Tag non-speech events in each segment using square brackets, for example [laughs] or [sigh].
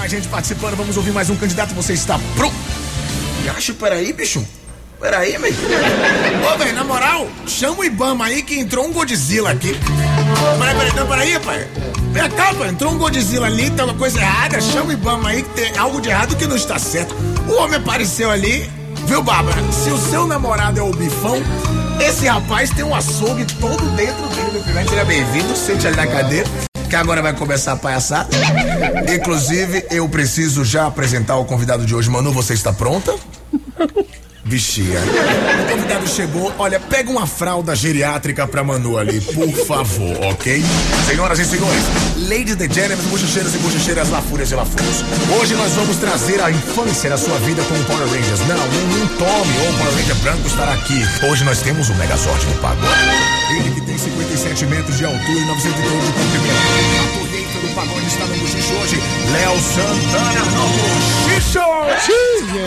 Mais gente participando, vamos ouvir mais um candidato. Você está pro. Acho, peraí, bicho. Peraí, meu. Ô, velho, na moral, chama o Ibama aí que entrou um Godzilla aqui. Peraí, peraí, não, peraí, pai. Vem cá, pai, entrou um Godzilla ali, tem uma coisa errada. Chama o Ibama aí que tem algo de errado que não está certo. O homem apareceu ali, viu, Bárbara? Se o seu namorado é o bifão, esse rapaz tem um açougue todo dentro dele, meu filho. Seja bem-vindo, sente ali na cadeira que agora vai começar a palhaçada. Inclusive, eu preciso já apresentar o convidado de hoje. Manu, você está pronta? Bichinha. O convidado chegou. Olha, pega uma fralda geriátrica pra Manu ali, por favor, ok? Senhoras e senhores, Lady The Generous, bochecheiras e bochecheiras, lafúrias e lafúrios. Hoje nós vamos trazer a infância da sua vida com o Power Rangers. Não, nenhum Tommy ou Power Ranger branco estará aqui. Hoje nós temos o Megazord do Pagode. Ele que tem 57 metros de altura e 908 de comprimento. A torreita do pagode está no bochicho hoje. Léo Santana no bochicho! GG.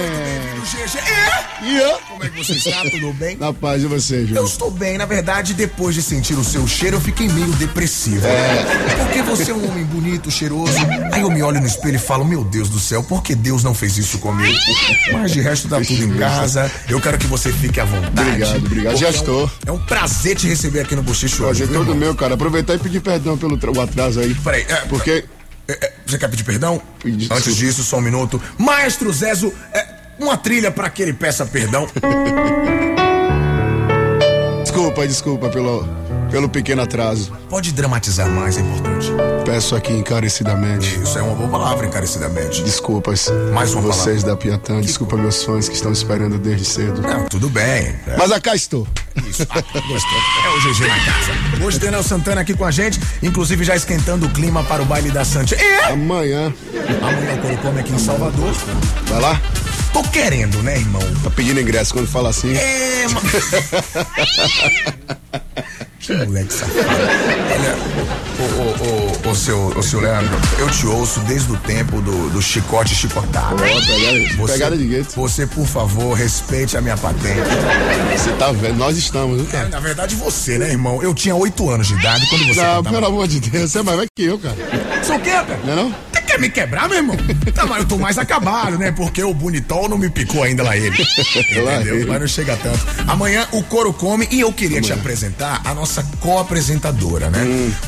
É? E eu? Como é que você está? Tudo bem? Na paz de você, Eu João. estou bem, na verdade, depois de sentir o seu cheiro, eu fiquei meio depressivo. Porque você é um homem bonito, cheiroso. Aí eu me olho no espelho e falo, meu Deus do céu, por que Deus não fez isso comigo? Mas de resto tá tudo em casa. Eu quero que você fique à vontade. Obrigado, obrigado. Porque Já é um- estou. É um prazer te receber aqui no Bochicho hoje. Prazer viu, todo irmão? meu, cara. Aproveitar e pedir perdão pelo tra- o atraso aí. Peraí, é, Porque É, é, Você quer pedir perdão? Pedir Antes desculpa. disso, só um minuto. Maestro Zezo, é, uma trilha pra que ele peça perdão. Desculpa, desculpa pelo, pelo pequeno atraso. Pode dramatizar mais, é importante. Peço aqui encarecidamente Isso é uma boa palavra, encarecidamente. desculpas. Mais uma Vocês da Piatã, desculpa meus fãs que estão esperando desde cedo. Não, tudo bem. É. Mas acá estou. Isso. Ah, gostou. É o GG na casa. Hoje tem Léo Santana aqui com a gente, inclusive já esquentando o clima para o baile da Santi. E Amanhã, amanhã o Coricome aqui em Salvador. vai lá? Tô querendo, né, irmão? Tá pedindo ingresso quando fala assim. É, mano. [laughs] que moleque safado. Olha, ô, ô, ô, ô, seu, ô, seu Leandro, eu te ouço desde o tempo do, do chicote chicotado. pegada- pegada de gueto. Você, por favor, respeite a minha patente. Você tá vendo? Nós estamos, né, É, cara? na verdade, você, né, irmão? Eu tinha oito anos de idade quando você Não, cantava. Ah, pelo amor de Deus, você é mais velho que eu, cara. Sou o quê, velho? Não é não? Você quer me quebrar, meu [laughs] irmão? Tá, mas eu tô mais acabado, né? Porque o bonitol não me picou ainda lá ele. [laughs] Lá Entendeu? ele. Mas não chega tanto. Amanhã o couro come e eu queria te apresentar a nossa co-apresentadora, né?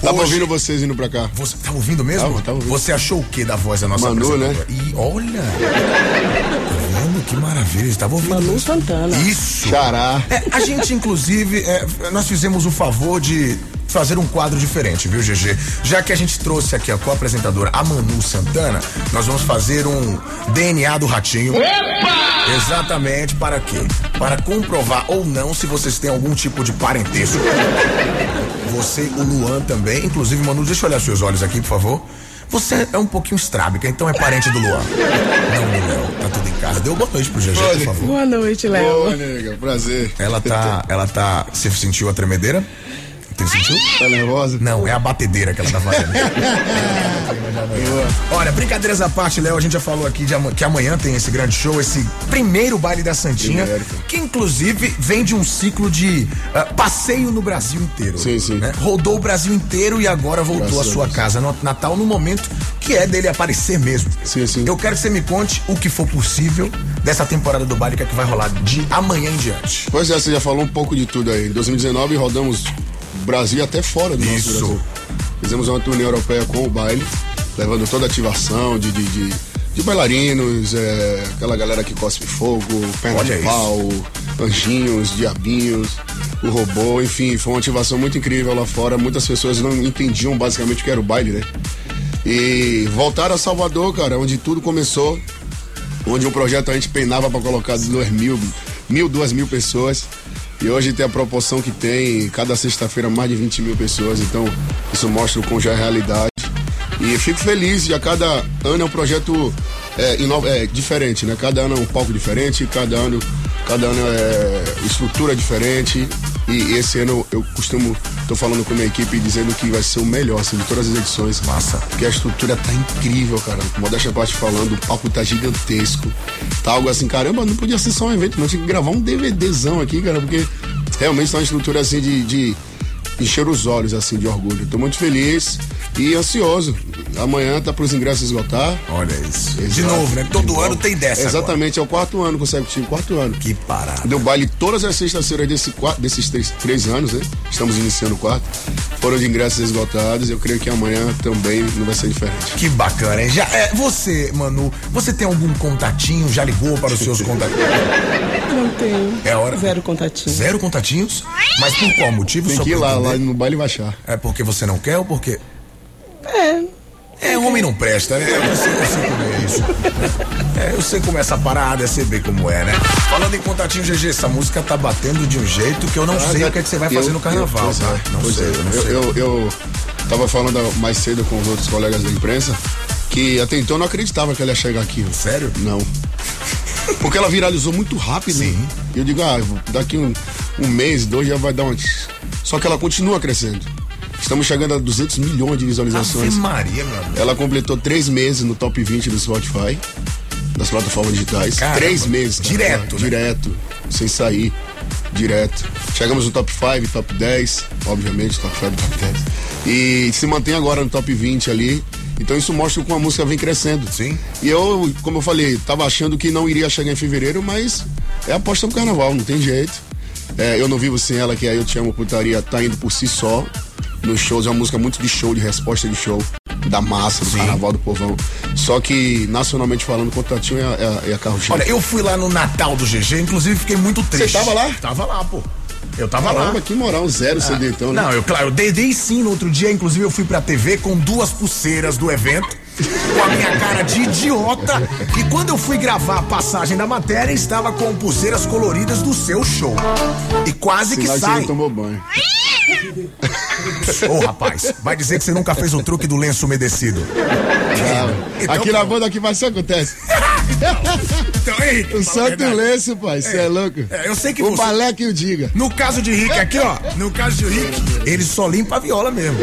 Tava Hoje- Hum, Tá ouvindo vocês indo pra cá. Você tá ouvindo mesmo? Tava, tava ouvindo. Você achou o que da voz da nossa Manu, né? apresentadora? E olha! Tá vendo? Que maravilha. Você Tava ouvindo Manu isso? Santana. Isso! Xará. É, a gente, inclusive, é, nós fizemos o favor de fazer um quadro diferente, viu, GG? Já que a gente trouxe aqui a co-apresentadora, a Manu Santana, nós vamos fazer um DNA do Ratinho. Exatamente, para quê? Para comprovar ou não se vocês têm algum tipo de parentesco. Você, o Luan também. Inclusive, Manu, deixa eu olhar seus olhos aqui, por favor. Você é um pouquinho estrábica, então é parente do Luan. Não, do Léo. Tá tudo em casa. Deu boa noite pro GG, por favor. Boa noite, Léo. Ô, nega, prazer. Ela tá. Ela tá. Você sentiu a tremedeira? Você sentiu? Tá nervosa? Não, é a batedeira que ela tá fazendo. [laughs] Olha, brincadeiras à parte, Léo, a gente já falou aqui de ama- que amanhã tem esse grande show, esse primeiro baile da Santinha, Primeiro. que inclusive vem de um ciclo de ah, passeio no Brasil inteiro. né? Sim, sim. Rodou o Brasil inteiro e agora voltou à Graças a sua Deus. casa no Natal no momento que é dele aparecer mesmo. Sim, sim. Eu quero que você me conte o que for possível dessa temporada do baile que é que vai rolar de amanhã em diante. Pois é, você já falou um pouco de tudo aí. Em 2019 rodamos Brasil e até fora do Isso. nosso Brasil. Fizemos uma turnê europeia com o baile, levando toda a ativação de, de, de- de bailarinos, é, aquela galera que cospe fogo, perna Olha de isso. pau, anjinhos, diabinhos, o robô, enfim, foi uma ativação muito incrível lá fora. Muitas pessoas não entendiam basicamente o que era o baile, né? E voltaram a Salvador, cara, onde tudo começou onde um projeto a gente penava para colocar duas mil, mil, duas mil pessoas. E hoje tem a proporção que tem, cada sexta-feira mais de 20 mil pessoas, então isso mostra o quão já é realidade. E fico feliz, e a cada ano é um projeto é, ino- é, diferente, né? Cada ano é um palco diferente, cada ano, cada ano é estrutura diferente. E esse ano eu costumo, tô falando com a minha equipe dizendo que vai ser o melhor, assim, de todas as edições. Massa. Porque a estrutura tá incrível, cara. Modéstia à parte falando, o palco tá gigantesco. Tá algo assim, caramba, não podia ser só um evento, não. Tinha que gravar um DVDzão aqui, cara, porque realmente tá uma estrutura assim de, de encher os olhos, assim, de orgulho. Tô muito feliz e ansioso. Amanhã tá pros ingressos esgotar. Olha isso. Exato. De novo, né? Todo ano tem dessa. Exatamente, agora. é o quarto ano consecutivo, quarto ano. Que parada. Deu baile todas as sextas-feiras desse, desses três, três anos, né? Estamos iniciando o quarto. Foram de ingressos esgotados. Eu creio que amanhã também não vai ser diferente. Que bacana, hein? Já, é, você, Manu, você tem algum contatinho? Já ligou para os seus [laughs] contatinhos? Não tenho. É hora? Zero contatinhos. Zero contatinhos? Mas por qual motivo? Tem que ir lá, lá no baile baixar. É porque você não quer ou porque. É. É, homem não presta, né? Eu sei, eu sei como é isso. É, eu sei como é essa parada, eu sei bem como é, né? Falando em contatinho, GG, essa música tá batendo de um jeito que eu não ah, sei já, o que, é que você vai eu, fazer no carnaval, eu, tá? Não sei, é, eu não sei. Eu, eu tava falando mais cedo com os outros colegas da imprensa que até então eu não acreditava que ela ia chegar aqui. Sério? Não. Porque ela viralizou muito rápido. Sim. E eu digo, ah, daqui um, um mês, dois já vai dar um. Só que ela continua crescendo. Estamos chegando a 200 milhões de visualizações. Ave Maria, meu amor. Ela completou três meses no top 20 do Spotify, das plataformas digitais. Caramba, três meses. Cara, direto, né? Direto, sem sair. Direto. Chegamos no top 5, top 10, obviamente, top 5, top 10. E se mantém agora no top 20 ali. Então isso mostra como a música vem crescendo. Sim. E eu, como eu falei, estava achando que não iria chegar em fevereiro, mas é aposta no carnaval, não tem jeito. É, eu não vivo sem ela, que aí eu te amo putaria, tá indo por si só nos shows. É uma música muito de show, de resposta de show, da massa, do Sim. carnaval, do povão. Só que, nacionalmente falando, Contatinho é, é, é a carro-chefe. Olha, eu fui lá no Natal do GG, inclusive fiquei muito triste. Você tava lá? Tava lá, pô. Eu tava Caramba, lá. que moral, zero ah, CD então, né? Não, eu, claro, eu dei, dei sim no outro dia, inclusive eu fui pra TV com duas pulseiras do evento com a minha cara de idiota. E quando eu fui gravar a passagem da matéria, estava com pulseiras coloridas do seu show. E quase Sinal que sai. Que você então. tomou banho. Ô, oh, rapaz, vai dizer que você nunca fez o truque do lenço umedecido. Não. Então, aqui na banda aqui mais acontece. então, ei, o santo lenço, pai, você é, é louco. É, eu sei que o você... balé que o diga. No caso de Rick aqui, ó, no caso de Rick, ele só limpa a viola mesmo.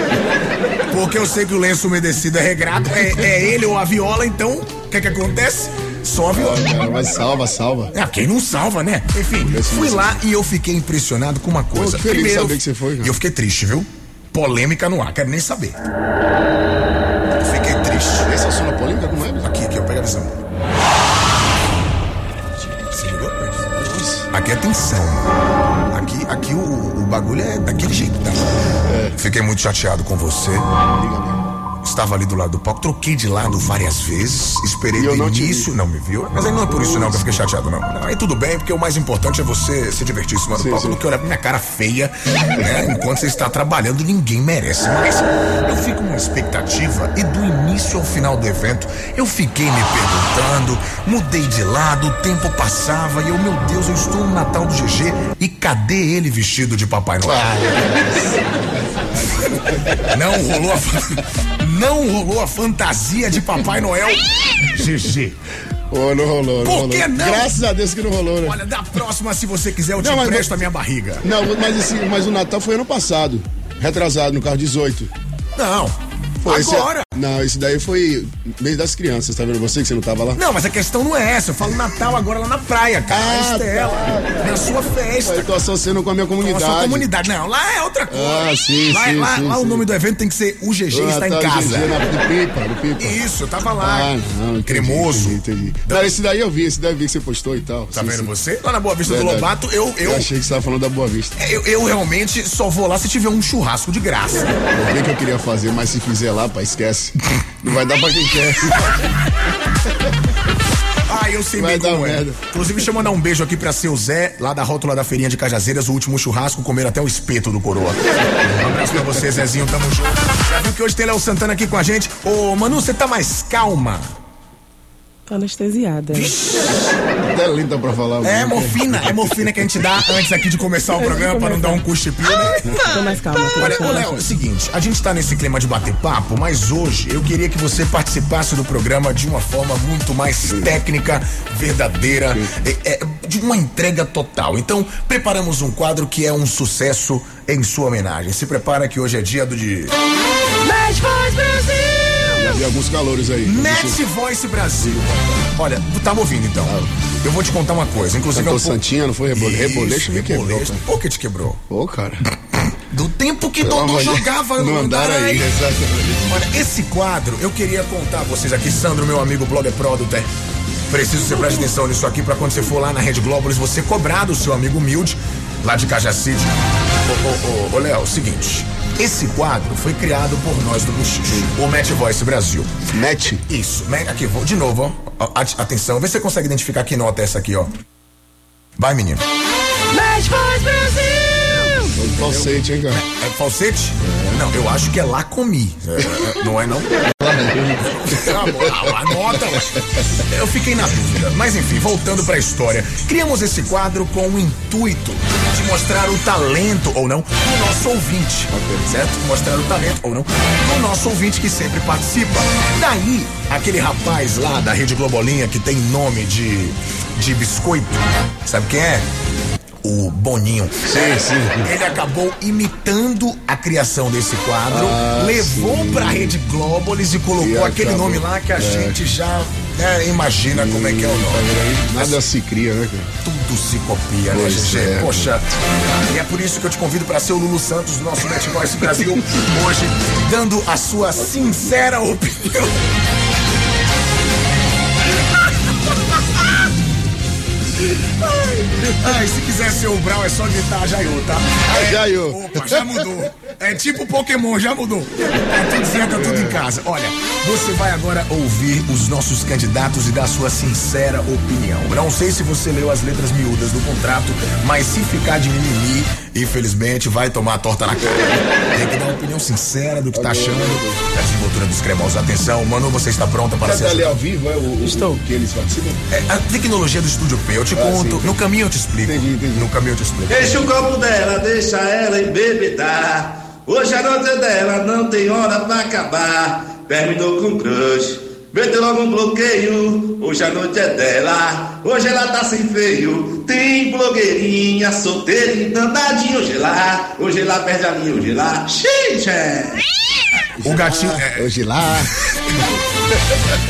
Porque eu sei que o lenço umedecido é regrado, é, é ele ou a viola, então o que que acontece? Só a viola. Ah, cara, mas salva, salva. Ah, quem não salva, né? Enfim, fui lá e eu fiquei impressionado com uma coisa. Pô, Primeiro, saber que você foi, cara. eu fiquei triste, viu? Polêmica no ar, quero nem saber. Eu fiquei triste. Essa é a tá polêmica como é? Aqui, aqui, eu pego essa mão. Você ligou? Aqui é tensão. Aqui, aqui o, o bagulho é daquele jeito. Tá? É. Fiquei muito chateado com você. Liga, liga estava ali do lado do palco, troquei de lado várias vezes, esperei do início, não me viu, mas aí não é por isso não que eu fiquei chateado, não. Aí tudo bem, porque o mais importante é você se divertir em cima do sim, palco sim. do que olhar pra minha cara feia, né? Enquanto você está trabalhando, ninguém merece. Mas eu fico uma expectativa e do início ao final do evento, eu fiquei me perguntando, mudei de lado, o tempo passava e eu, meu Deus, eu estou no Natal do GG e cadê ele vestido de Papai Noel? Não rolou a não rolou a fantasia de Papai Noel. GG. Oh, não rolou, não Por que rolou. não? Graças a Deus que não rolou, né? Olha, da próxima, se você quiser, eu te não, empresto mas, a minha barriga. Não, mas, esse, mas o Natal foi ano passado. Retrasado, no carro 18. Não. Foi agora. Esse, é- não, isso daí foi mês das crianças, tá vendo? Você que você não tava lá? Não, mas a questão não é essa. Eu falo Natal agora lá na praia, cara. Ah, na Estela. Tá, na sua festa. Eu tô associando com a minha comunidade. Com a sua comunidade. Não, lá é outra coisa. Ah, sim, lá, sim, lá, sim, lá sim. o nome do evento tem que ser O GG ah, está tá, em casa. GG na, do Pipa, do Pipa. Isso, eu tava lá. Ah, não, entendi, cremoso. Entendi, entendi. Não, da... esse daí eu vi, esse daí eu vi que você postou e tal. Tá vendo você? Lá na Boa Vista Verdade. do Lobato, eu, eu. Eu achei que você tava falando da Boa Vista. Eu, eu realmente só vou lá se tiver um churrasco de graça. O que, que eu queria fazer, mas se fizer lá, pá, esquece. Não vai dar pra quem quer. Ah, eu sei Vai bem como é. Merda. Inclusive, deixa eu mandar um beijo aqui pra seu Zé, lá da rótula da feirinha de Cajazeiras, o último churrasco, comer até o espeto do coroa. Um abraço pra você, Zezinho, tamo junto. Já viu que hoje tem Léo Santana aqui com a gente. Ô, Manu, você tá mais calma? Tô anestesiada. Até lenta pra falar. É morfina, é morfina que a gente dá antes aqui de começar o programa pra não dar um cuchipio, né? Tô mais calma. tá, Tô Olha, ô Léo, é o seguinte, a gente tá nesse clima de bater papo, mas hoje eu queria que você participasse do programa de uma forma muito mais técnica, verdadeira, é, é, de uma entrega total. Então, preparamos um quadro que é um sucesso em sua homenagem. Se prepara que hoje é dia do de... Mais voz Brasil! [laughs] E alguns calores aí. Match Voice Brasil. Olha, tá me ouvindo então. Ah. Eu vou te contar uma coisa. Inclusive. Cantou eu... Santinha, não foi rebole... Isso, rebolecho? Me quebrou. Cara. Por que te quebrou? Ô, cara. Do tempo que Pelo Dodô amor de- jogava no andar aí. Exatamente. Olha, esse quadro eu queria contar a vocês aqui, Sandro, meu amigo blogger pro do Té. Preciso que você preste atenção nisso aqui pra quando você for lá na Rede Glóbulos você cobrar do seu amigo humilde, lá de Cajacide. Ô, ô, ô, ô Léo, é seguinte. Esse quadro foi criado por nós do Buchicho, o Match Voice Brasil. Net. Isso, me- aqui, vou de novo, ó. Ó, at- Atenção, vê se você consegue identificar que nota é essa aqui, ó. Vai, menino. Falsete, hein, cara? É falsete? Não, eu acho que é lá comi. É, é, não é, não? Tá bom, a- a nota, ué. Eu fiquei na dúvida. Mas enfim, voltando pra história. Criamos esse quadro com o intuito de mostrar o talento, ou não, do nosso ouvinte. Certo? Mostrar o talento, ou não, do nosso ouvinte que sempre participa. Daí, aquele rapaz lá da Rede Globolinha que tem nome de, de biscoito, sabe quem é? O Boninho. Sim, sim. Ele acabou imitando a criação desse quadro, Ah, levou sim. pra Rede Glóbulis e colocou E aquele acabou. nome lá que a É. gente já né, imagina como é que é o Tá nome. vendo aí? Nada se cria, né, cara? Tudo se copia, né, Pois GG? é. Poxa. E é por isso que eu te convido pra ser o Lulu Santos, nosso Net Voice [laughs] Brasil, hoje, dando a sua sincera [laughs] opinião. Ai, ai, se quiser ser o Brau, é só gritar Jaiô, tá? É, Jaiô. Opa, já mudou. É tipo Pokémon, já mudou. É tudo certo, é tudo em casa. Olha, você vai agora ouvir os nossos candidatos e dar sua sincera opinião. Não sei se você leu as letras miúdas do contrato, mas se ficar de mimimi, infelizmente vai tomar a torta na cara. Tem que dar uma opinião sincera do que tá achando da desenvoltura dos cremosos. Atenção, Manu, você está pronta para ser Tá ali ao vivo, é o, o- Estou. o que eles participam? é, a tecnologia do Estúdio P, eu te conto. no caminho eu te explico. Ah, Entendi, entendi. No caminho eu te explico. Deixa o copo dela, deixa ela embebedar. Hoje a noite é dela não tem hora pra acabar. Terminou com crush, meteu logo um bloqueio. Hoje a noite é dela, hoje ela tá sem feio. Tem blogueirinha, solteira e danadinho, hoje lá, hoje lá perde a linha, hoje lá. Xiii, gente! O gatinho. é, Hoje lá.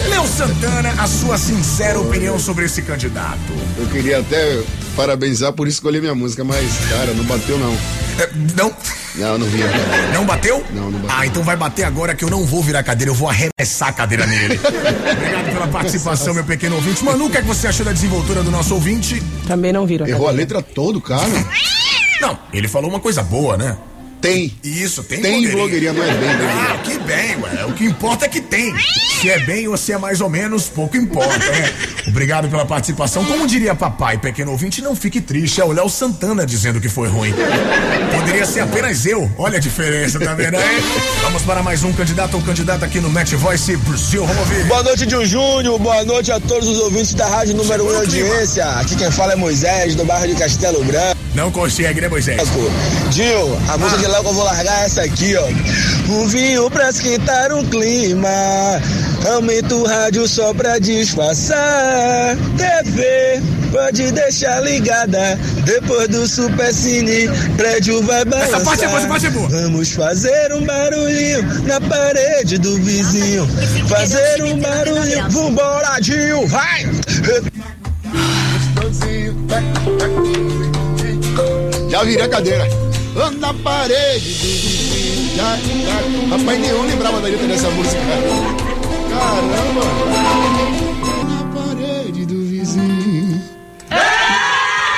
Léo Santana, a sua sincera opinião sobre esse candidato. Eu queria até parabenizar por escolher minha música, mas, cara, não bateu, não. É, não. Não, não vinha. cara. Não bateu? Não, não bateu. Ah, então vai bater agora que eu não vou virar cadeira, eu vou arremessar a cadeira [laughs] nele. Obrigado pela participação, meu pequeno ouvinte. Manu, o que, é que você achou da desenvoltura do nosso ouvinte? Também não viram. Errou a letra todo, cara. Não, ele falou uma coisa boa, né? Tem. Isso, tem Tem blogueirinha, não é bem blogueirinha. Ah, que bem, ué. O que importa é que tem. Se é bem ou se é mais ou menos, pouco importa, né? Obrigado pela participação. Como diria papai, pequeno ouvinte, não fique triste. É o Léo Santana dizendo que foi ruim. Poderia ser apenas eu. Olha a diferença, tá vendo aí? Vamos para mais um candidato ou candidata aqui no Match Voice Brasil. Vamos ouvir. Boa noite, Dio Júnior. Boa noite a todos os ouvintes da Rádio Número 1 Chegou em no clima. Audiência. Aqui quem fala é Moisés, do bairro de Castelo Branco. Não consegue, né, Moisés? Dio, a Ah. música de Léo que eu vou largar é essa aqui, ó. Um vinho pra esquentar um clima. Aumenta o rádio só pra disfarçar. TV pode deixar ligada. Depois do Super Cine, prédio vai balançar. parte é boa, essa parte é boa. Vamos fazer um barulhinho na parede do vizinho. Fazer um barulhinho. Vambora, Dio, vai! Já virei a cadeira. Lá na parede. do vizinho, Já, já. Rapaz, nenhum lembrava da letra dessa música. né? Caramba. Na parede do vizinho.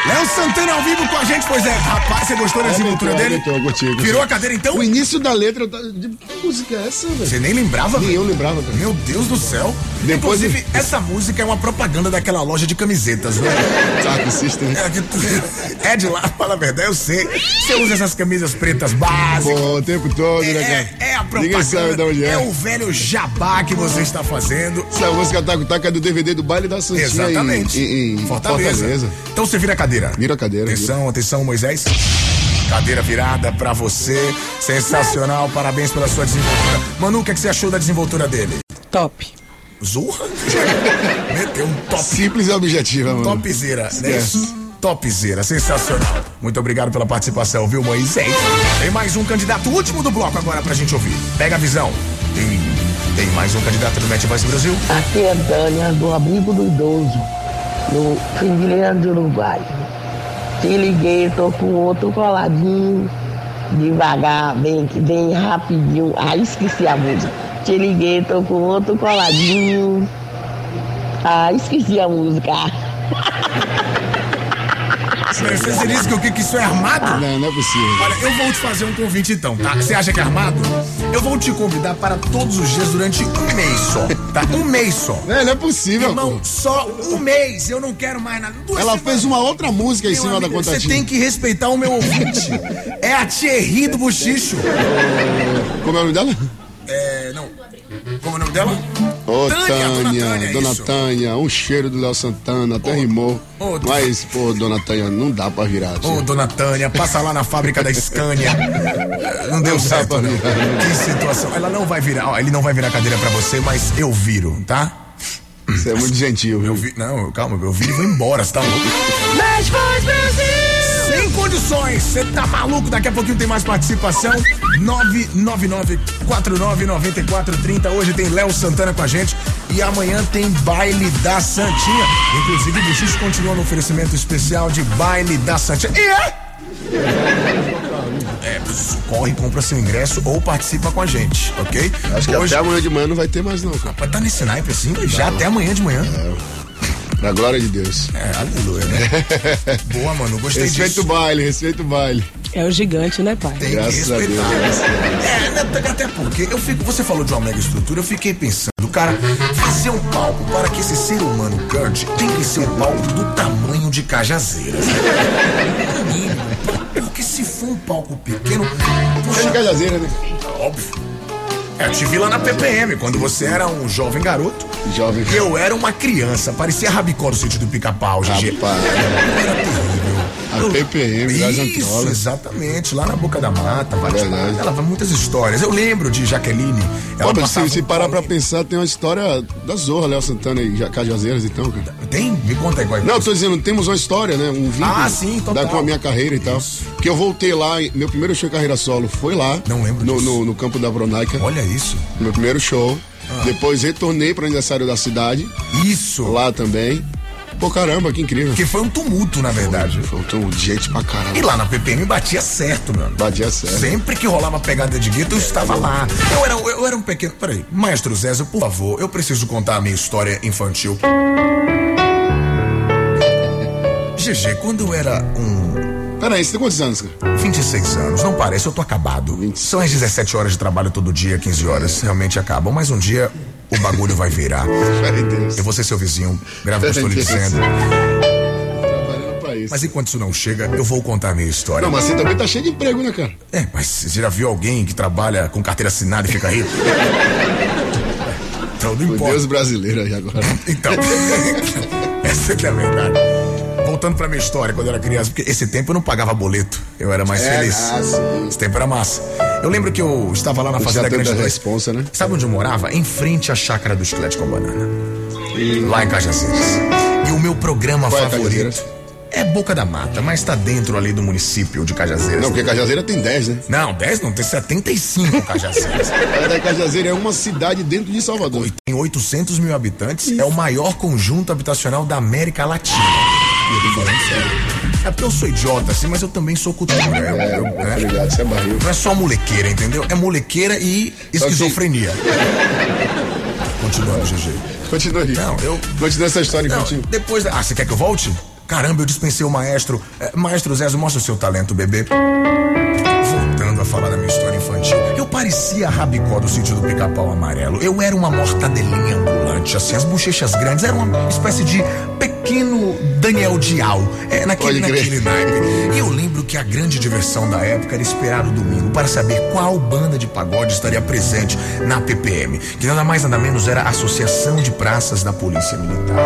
Léo Santana ao vivo com a gente, pois é. Rapaz, você gostou da desenvoltura Aumentou, dele? aumentou, gostei, gostei. Virou a cadeira então? O início da letra. eu tava- de- Que música é essa, velho? Você nem lembrava, Nem eu lembrava, tá? cara. Meu Deus do céu. Depois Inclusive, de- essa música é uma propaganda daquela loja de camisetas, né? Saco, System. É, que tu- é de lá, fala a verdade, eu sei. Você usa essas camisas pretas básicas. Pô, o tempo todo, né, É, cara? é a Ninguém sabe de propaganda. onde é. É o velho jabá que você está fazendo. Essa música Taco Taco é do DVD do baile da Santinha. em- Exatamente. Em, em Fortaleza. Então você vira a cadeira. Vira a cadeira, Atenção, atenção, Moisés. Cadeira virada pra você. Sensacional. Parabéns pela sua desenvoltura. Manu, o que, é que você achou da desenvoltura dele? Top. Zorra? [laughs] Meteu um top Simples e objetiva, mano. Topzera, né? Esquece. Topzera, sensacional. Muito obrigado pela participação, viu, Moisés? Tem mais um candidato, o último do bloco agora pra gente ouvir. Pega a visão. Tem, tem mais um candidato do Match Voice Brasil. Aqui é Dânia, do abrigo do idoso, do Figueiredo de Uruguai. Te liguei, tô com outro coladinho, devagar, bem, bem rapidinho. Ah, esqueci a música. Te liguei, tô com outro coladinho. Ah, esqueci a música. Você se diz que o que que isso é armado? Não, não é possível. Olha, eu vou te fazer um convite então, tá? Você acha que é armado? Eu vou te convidar para todos os dias durante um mês só, tá? Um mês só. É, não é possível, pô. Irmão, só um mês. Eu não quero mais nada. Duas Ela semanas. fez uma outra música em Meu cima da amigo, Você contatinha. tem que respeitar o meu ouvinte. É a Thierry do Buchicho. Como é o nome dela? É, não. Como é o nome dela? Ô, Tânia, dona Tânia, Tânia, é Dona isso. Tânia, um cheiro do Léo Santana, até rimou. ô, Mas, pô, Dona Tânia, não dá pra virar. Ô, tia. dona Tânia, passa lá na fábrica da Scania. Não deu certo, não. Que situação. Ela não vai virar, ó, ele não vai virar cadeira pra você, mas eu viro, tá? Você é muito gentil, Eu viu? vi, não, calma, eu viro e vou embora, você tá louco? Sem condições, você tá maluco? Daqui a pouquinho tem mais participação. 999-499430. Hoje tem Léo Santana com a gente. E amanhã tem Baile da Santinha. Inclusive, o Buxixo continua no oferecimento especial de Baile da Santinha. E é? É, corre, compra seu ingresso ou participa com a gente, ok? Acho que Hoje, até amanhã de manhã não vai ter mais, não, cara. Rapaz, tá nesse naipe assim? Já até amanhã de manhã. Na glória de Deus. É, aleluia, né? [laughs] Boa, mano, gostei Respeita disso. o baile, respeita o baile. É o gigante, né, pai? Tem que Graças a respeitar. Deus, graças É, né, até porque eu fico, você falou de uma mega estrutura, eu fiquei pensando, cara, fazer um palco para que esse ser humano cante tem que ser um palco do tamanho de Cajazeiras. né? No mínimo. Porque se for um palco pequeno, É de poxa, Cajazeira, né? óbvio. Eu te vi lá na PPM, quando você era um jovem garoto. Jovem. e Eu era uma criança, parecia rabicó no sentido do pica-pau, GG. Rapaz, Era terrível. a PPM, das Isso, Antrolas. exatamente, lá na Boca da Mata, vários Verdade. lugares, ela faz muitas histórias. Eu lembro de Jaqueline. Ela Pô, passava se, se um parar pra pau em- pensar, tem uma história da Zorra, Léo Santana e Ja- Cajazeiras, então, cara. Tem? Me conta aí qual é. Não, eu tô dizendo, temos uma história, né? Um vínculo Ah, sim, total. da, com a minha carreira e tal. Que eu voltei lá, e meu primeiro show de carreira solo foi lá. Não lembro no, disso. no, no campo da Bronaica, Olha Ah. isso. meu primeiro show. Depois retornei pro aniversário da cidade, Isso. lá também. Pô, caramba, que incrível. Que um foi um tumulto, na verdade. Faltou gente pra E caramba. lá na PPM batia certo, mano. Batia certo. Sempre que rolava pegada de gueto, eu estava lá. Eu era, eu era um pequeno. Peraí. Maestro Zézio, por favor, eu preciso contar a minha história infantil. [laughs] GG, quando eu era um Peraí, você tem quantos anos, cara? 26 anos, não parece, eu tô acabado. 26. São as 17 horas de trabalho todo dia, 15 horas, realmente acabam, mas um dia o bagulho vai virar. Peraí, Deus. Eu vou ser seu vizinho, grave o que eu estou lhe dizendo. Trabalhando tá pra isso. Mas enquanto isso não chega, eu vou contar a minha história. Não, mas você também tá cheio de emprego, né, cara? É, mas você já viu alguém que trabalha com carteira assinada e fica [laughs] rico? Então não Meu importa. Deus brasileiro [laughs] aí agora. [laughs] Então, essa que é a verdade. Voltando pra minha história, quando eu era criança, porque esse tempo eu não pagava boleto, eu era mais É, feliz. ah, sim. Esse tempo era massa. Eu lembro que eu estava lá na Não Fazenda tinha Grande tanta 2. responsa, né? Sabe onde eu morava? Em frente à chácara do Esqueleto com Banana. Lá em Cajazeiras. E o meu programa Qual é favorito Cajazeiras? é Boca da Mata, mas tá dentro ali do município de Cajazeiras. Não, porque Cajazeira tem 10, né? Não, 10 não, tem 75 Cajazeiras. Na verdade, Cajazeira é uma cidade dentro de Salvador. e tem 800 mil habitantes, é o maior conjunto habitacional da América Latina. E eu tô falando sério. É porque eu sou idiota, assim, mas eu também sou cultura. Eu- É, eu- né? obrigado, você é barril. Não é só molequeira, entendeu? É molequeira e esquizofrenia. Continuando, GG. Continua aí. Não, eu- Continua essa história Não, contigo. depois. da- Ah, você quer que eu volte? Caramba, eu dispensei o maestro. É, maestro Zézio, mostra o seu talento, bebê. Voltando a falar da minha história infantil, eu parecia a rabicó do sítio do pica-pau amarelo. Eu era uma mortadelinha ambulante, assim, as bochechas grandes, era uma espécie de pequeno Daniel Dial. É, naquele, Pode crer. naquele naipe. E eu lembro que a grande diversão da época era esperar o domingo para saber qual banda de pagode estaria presente na PPM, que nada mais nada menos era a Associação de Praças da Polícia Militar.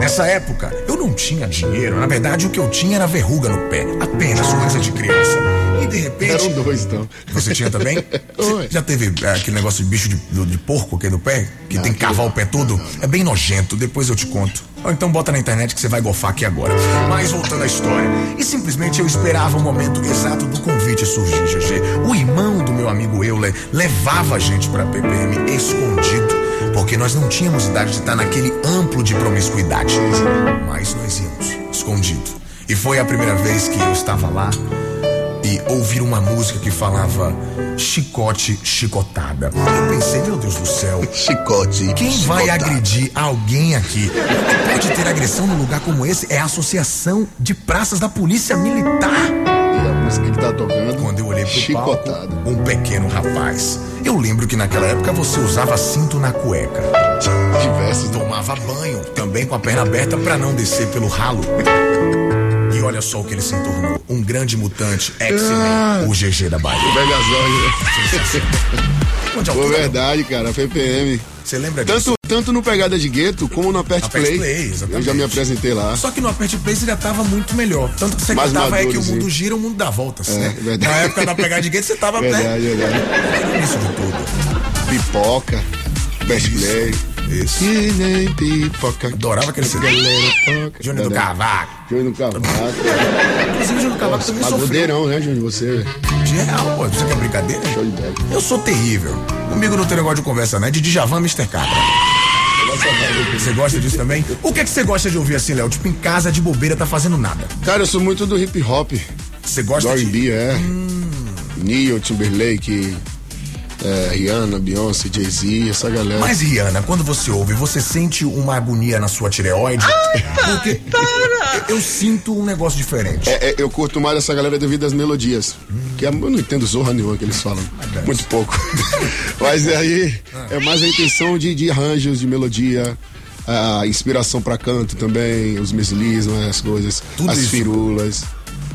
Nessa época, eu não tinha dinheiro, na verdade o que eu tinha era verruga no pé, apenas coisa de criança. E de repente. Eram dois, então. Você tinha também? Você Já teve é, aquele negócio de bicho de, do- de porco aqui no pé? Que tem que cavar o pé todo? É bem nojento, depois eu te conto. Ou então bota na internet que você vai gofar aqui agora. Mas voltando à história. E simplesmente eu esperava o momento exato do convite surgir, GG. O irmão do meu amigo Euler levava a gente pra PPM escondido. Porque nós não tínhamos idade de estar naquele amplo de promiscuidade. Mas nós íamos, escondido. E foi a primeira vez que eu estava lá e e ouvir uma música que falava chicote, chicotada. Eu pensei, meu Deus do céu, Chicote. quem vai Chicotada. agredir alguém aqui? Que Pode ter agressão num lugar como esse? É a Associação de Praças da Polícia Militar. E a música que tá tocando. Quando eu olhei pro Chicotada. palco, um pequeno rapaz. Eu lembro que naquela época você usava cinto na cueca. Diversos. né? Tomava banho, também com a perna aberta pra não descer pelo ralo. E olha só o que ele se tornou. Um grande mutante, Ah. X-Men, o GG da Bahia. Megazord. [laughs] Onde a Foi altura- verdade, cara. PPM. Você lembra disso? Tanto, tanto no Pegada de Gueto como no Aperte Aperte Play. Play, exatamente. eu já me apresentei lá. Só que no Aperte Play você já tava muito melhor. Tanto que você Mais cantava é que o maduro, mundo sim. É, gira, o mundo dá voltas. né? verdade. Na época da pegada de gueto você tava Verdade, verdade. né? Isso de tudo. Pipoca. Best Play. Isso. Que nem pipoca. Adorava aquele CD. Galera, Júnior do Cavaco. Cavaco. Júnior do Cavaco. Inclusive, Júnior Cavaco também sofreu. Pagodeirão, né, Júnior? Você. De real, pô. Você quer brincadeira? Show de bola. Eu sou terrível. Comigo não tem negócio de conversa, né? De Djavan Mr. Catra. Você gosta disso também? O que é que você gosta de ouvir assim, Léo? Tipo, em casa, de bobeira, tá fazendo nada. Cara, eu sou muito do hip hop. Você gosta Do de... R&B, é. Neil, Timberlake, é, Rihanna, Beyoncé, Jay-Z, essa galera. Mas, Rihanna, quando você ouve, você sente uma agonia na sua tireoide? [laughs] Porque eu sinto um negócio diferente. É, é, eu curto mais essa galera devido às melodias. Que a- eu não entendo zorra nenhuma que eles falam. Ah, tá. Muito pouco. [laughs] Mas aí é mais a intenção de, de arranjos, de melodia, a inspiração pra canto também, os meslis, né, as coisas, Tudo as isso. firulas.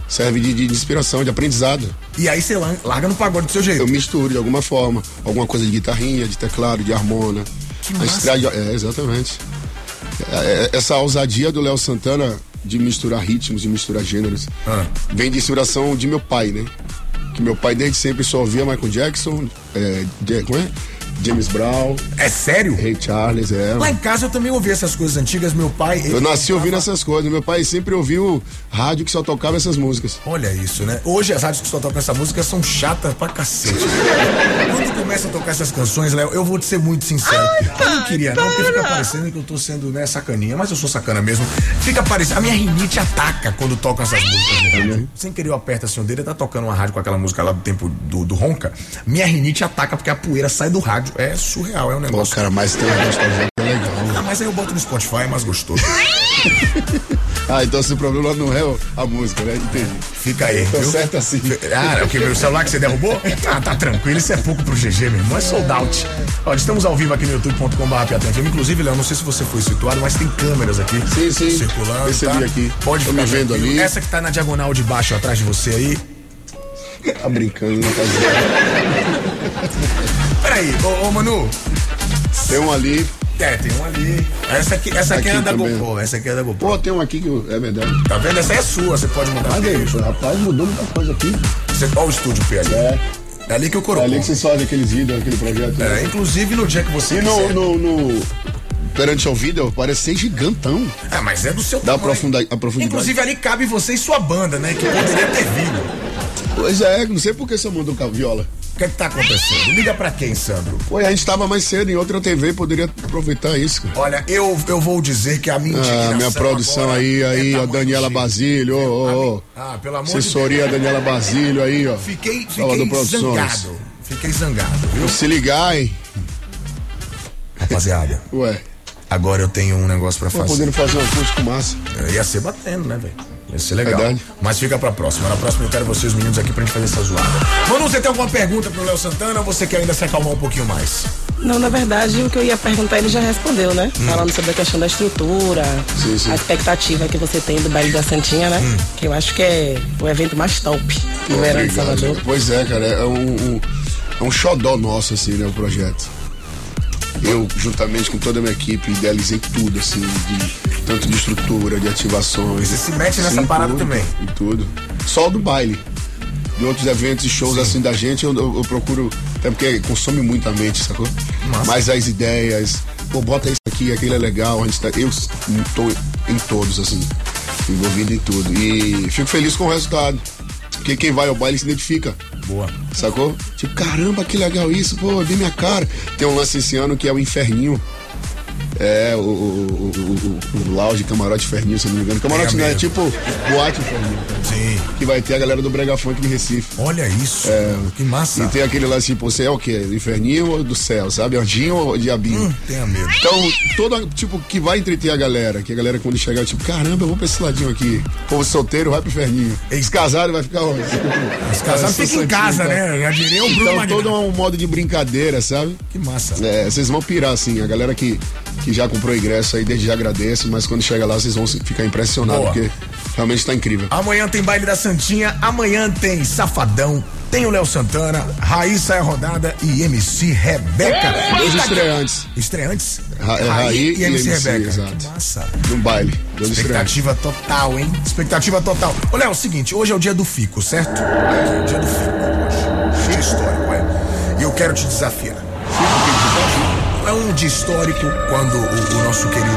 Serve de, de inspiração, de aprendizado. E aí você lan- larga no pagode do seu Eu jeito. misturo de alguma forma. Alguma coisa de guitarrinha, de teclado, de harmona. Que A massa. estrada- é, exatamente. É, é, Essa ousadia do Léo Santana de misturar ritmos, de misturar gêneros, Ah. vem de inspiração de meu pai, né? Que meu pai desde sempre só ouvia Michael Jackson, é, Ja- como é? James Brown, É sério? Ray Charles, é. Lá em casa eu também ouvi essas coisas antigas. Meu pai... ele- Eu nasci ouvindo essas coisas. Meu pai sempre ouviu rádio que só tocava essas músicas. Olha isso, né? Hoje as rádios que só tocam essa música são chatas pra cacete. Quando começa a tocar essas canções, Léo, eu vou te ser muito sincero. eu não queria, não, porque fica parecendo que eu tô sendo, né, sacaninha, mas eu sou sacana mesmo. Fica parecendo. A minha rinite ataca quando tocam essas músicas no rádio. Sem querer, eu aperto assim o dedo, tá tocando uma rádio com aquela música lá do tempo do, do ronca. Minha rinite ataca porque a poeira sai do rádio. É surreal, é um Pô, negócio. cara, mas tem uma nostalgia que é legal. Ah, mas aí eu boto no Spotify, é mais gostoso. Ah, então se o problema não é o- a música, né? Entendi. Fica aí. Tô viu? certo assim. Ah, é o que? Meu celular que você derrubou? Ah, tá tranquilo, isso é pouco pro GG, meu irmão. É sold out. Olha, estamos ao vivo aqui no youtube.com.br. Inclusive, Léo, não sei se você foi situado, mas tem câmeras aqui Sim, sim. circulando. Percebi tá? aqui. Pode Tô ficar me vendo tranquilo. ali. Essa que tá na diagonal de baixo atrás de você aí. Tá brincando, não faz Peraí, ô, ô Manu. Tem um ali. É, tem uma ali. Essa aqui, essa aqui, é a Aqui da também. GoPro. Essa aqui é a da GoPro. Pô, tem um aqui que eu- é verdade. Tá vendo? Essa é sua, você pode mudar. Cadê isso? Rapaz, mudou muita coisa aqui. Você, olha o estúdio P ali. É, É ali que eu é coroa. ali que vocês fazem aqueles vídeos, aquele projeto. É, né? inclusive no dia que você. E no, quiser. no, no- Perante ao vídeo, parece ser gigantão. Ah, mas é do seu Dá tamanho. profunda- a profundidade. Inclusive, ali cabe você e sua banda, né? Que poderia ter vindo. Pois é, não sei por que você mandou com a viola. O que é que tá acontecendo? Liga pra quem, Sandro? Pô, e a gente tava mais cedo em outra TV, poderia aproveitar isso, cara. Olha, eu, eu vou dizer que a minha Ah, indignação minha produção agora aí, é aí, ó, tamanho Daniela de- Basílio, ô, ô, ô. Ah, pelo amor de Assessoria Daniela Basílio aí, ó. Fiquei, Salvador fiquei Produções. zangado. Fiquei zangado, viu? Se ligar, hein? Rapaziada, Ué, agora eu tenho um negócio pra tô fazer. podendo fazer um acústico massa. Eu Ia ser batendo, né, velho? Ia ser legal. Verdade. Mas fica pra próxima. Na próxima eu quero vocês, meninos, aqui pra gente fazer essa zoada. Manu, você tem alguma pergunta pro Léo Santana ou você quer ainda se acalmar um pouquinho mais? Não, na verdade, o que eu ia perguntar ele já respondeu, né? Falando sobre a questão da estrutura, Sim, sim. a expectativa que você tem do baile da Santinha, né? Que eu acho que é o evento mais top do verão de Obrigado. Salvador. Pois é, cara, é um, um, é um xodó nosso, assim, né, o projeto. Eu, juntamente com toda a minha equipe, idealizei tudo, assim, de, tanto de estrutura, de ativações. Você se mete nessa parada tudo, também. E tudo. Só o do baile. De outros eventos e shows assim da gente, eu, eu- eu procuro. Até porque consome muito a mente, sacou? Massa. Mas as ideias, pô, bota isso aqui, aquilo é legal, a gente tá, eu tô em todos, assim, envolvido em tudo. E fico feliz com o resultado. Porque quem vai ao baile se identifica. Boa. Sacou? Tipo, caramba, que legal isso, pô, vi minha cara. Tem um lance esse ano que é o Inferninho. É, o, o, o, o, o lounge Camarote Ferninho, se eu não me engano. Camarote Pega não, é mesmo. tipo boate Ferninho. Sim. Que vai ter a galera do Brega Funk em Recife. Olha isso. mano, que massa. É, E tem aquele lá, tipo, você é o quê? Inferninho ou do céu, sabe? Anjinho ou diabinho? Hum, tenha medo. Então, toda, tipo, que vai entreter a galera, que a galera quando chegar, tipo, caramba, eu vou pra esse ladinho aqui. Povo solteiro, vai pro inferninho. Ex-casado vai ficar onde? Casado Ex-casado fica em casa, né? Já diria o Bruno Então, Magno. todo um modo de brincadeira, sabe? Que massa. É, vocês vão pirar, assim. A galera que, que já comprou ingresso aí, desde já agradece, mas quando chega lá, vocês vão se- ficar impressionados, Boa. porque realmente tá incrível. Amanhã tem baile da Santinha, amanhã tem Safadão, tem o Léo Santana, Raíssa é rodada e MC Rebeca. Dois Eita, estreantes. que- Estreantes? É. Ra- é, Raí e, e MC, MC, Rebeca. Que exato. massa. Num baile. Dois estreantes. Expectativa total, hein? Expectativa total. Ô, Léo, é o seguinte, hoje é o dia do fico, certo? É, é o dia do fico hoje. Dia histórico, é. E eu quero te desafiar. É um dia histórico quando o, o nosso querido,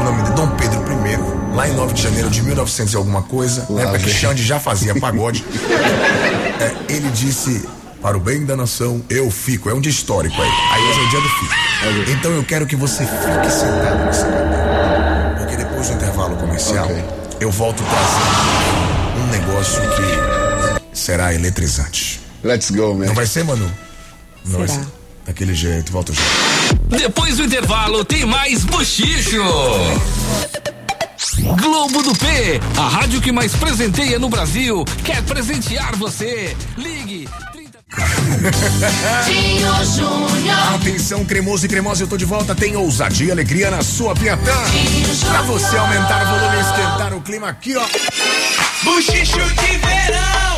o nome de Dom Pedro I, lá em 9 de janeiro de 1900 e alguma coisa, na Lá época que vem. Xande já fazia [laughs] pagode, é, ele disse, para o bem da nação, eu fico. É um dia histórico aí. Aí hoje é o dia do fico. Então eu quero que você fique sentado nessa cadeira. Porque depois do intervalo comercial, Ok. eu volto trazendo um negócio que será eletrizante. Let's go, man. Não vai ser, Manu? Não vai Será. ser. Daquele jeito, volta já. Depois do intervalo tem mais bochicho. Globo do P, a rádio que mais presenteia no Brasil, quer presentear você. Ligue 30 Tinho Júnior. Atenção, cremoso e cremosa, eu tô de volta. Tem ousadia e alegria na sua Piatã. Pra você aumentar o volume e esquentar o clima aqui, ó. Bochicho de verão.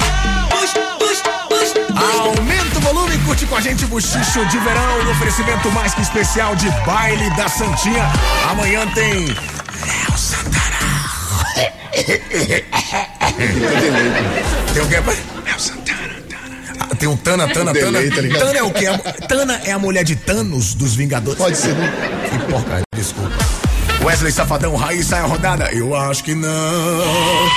Bus, bus, bus, Aumenta o volume e curte com a gente o Buchicho de Verão, no oferecimento mais que especial de baile da Santinha. Amanhã tem. Léo Santana. tem o quê, pai? Léo Santana. Tana. Ah, Tem o Tana, Tana, Tana. Delay, tá ligado? Tana é o quê? A- Tana é a mulher de Thanos dos Vingadores. Pode ser, né? Que porcaria, desculpa. Wesley Safadão, Raiz, sai a rodada? Eu acho que não.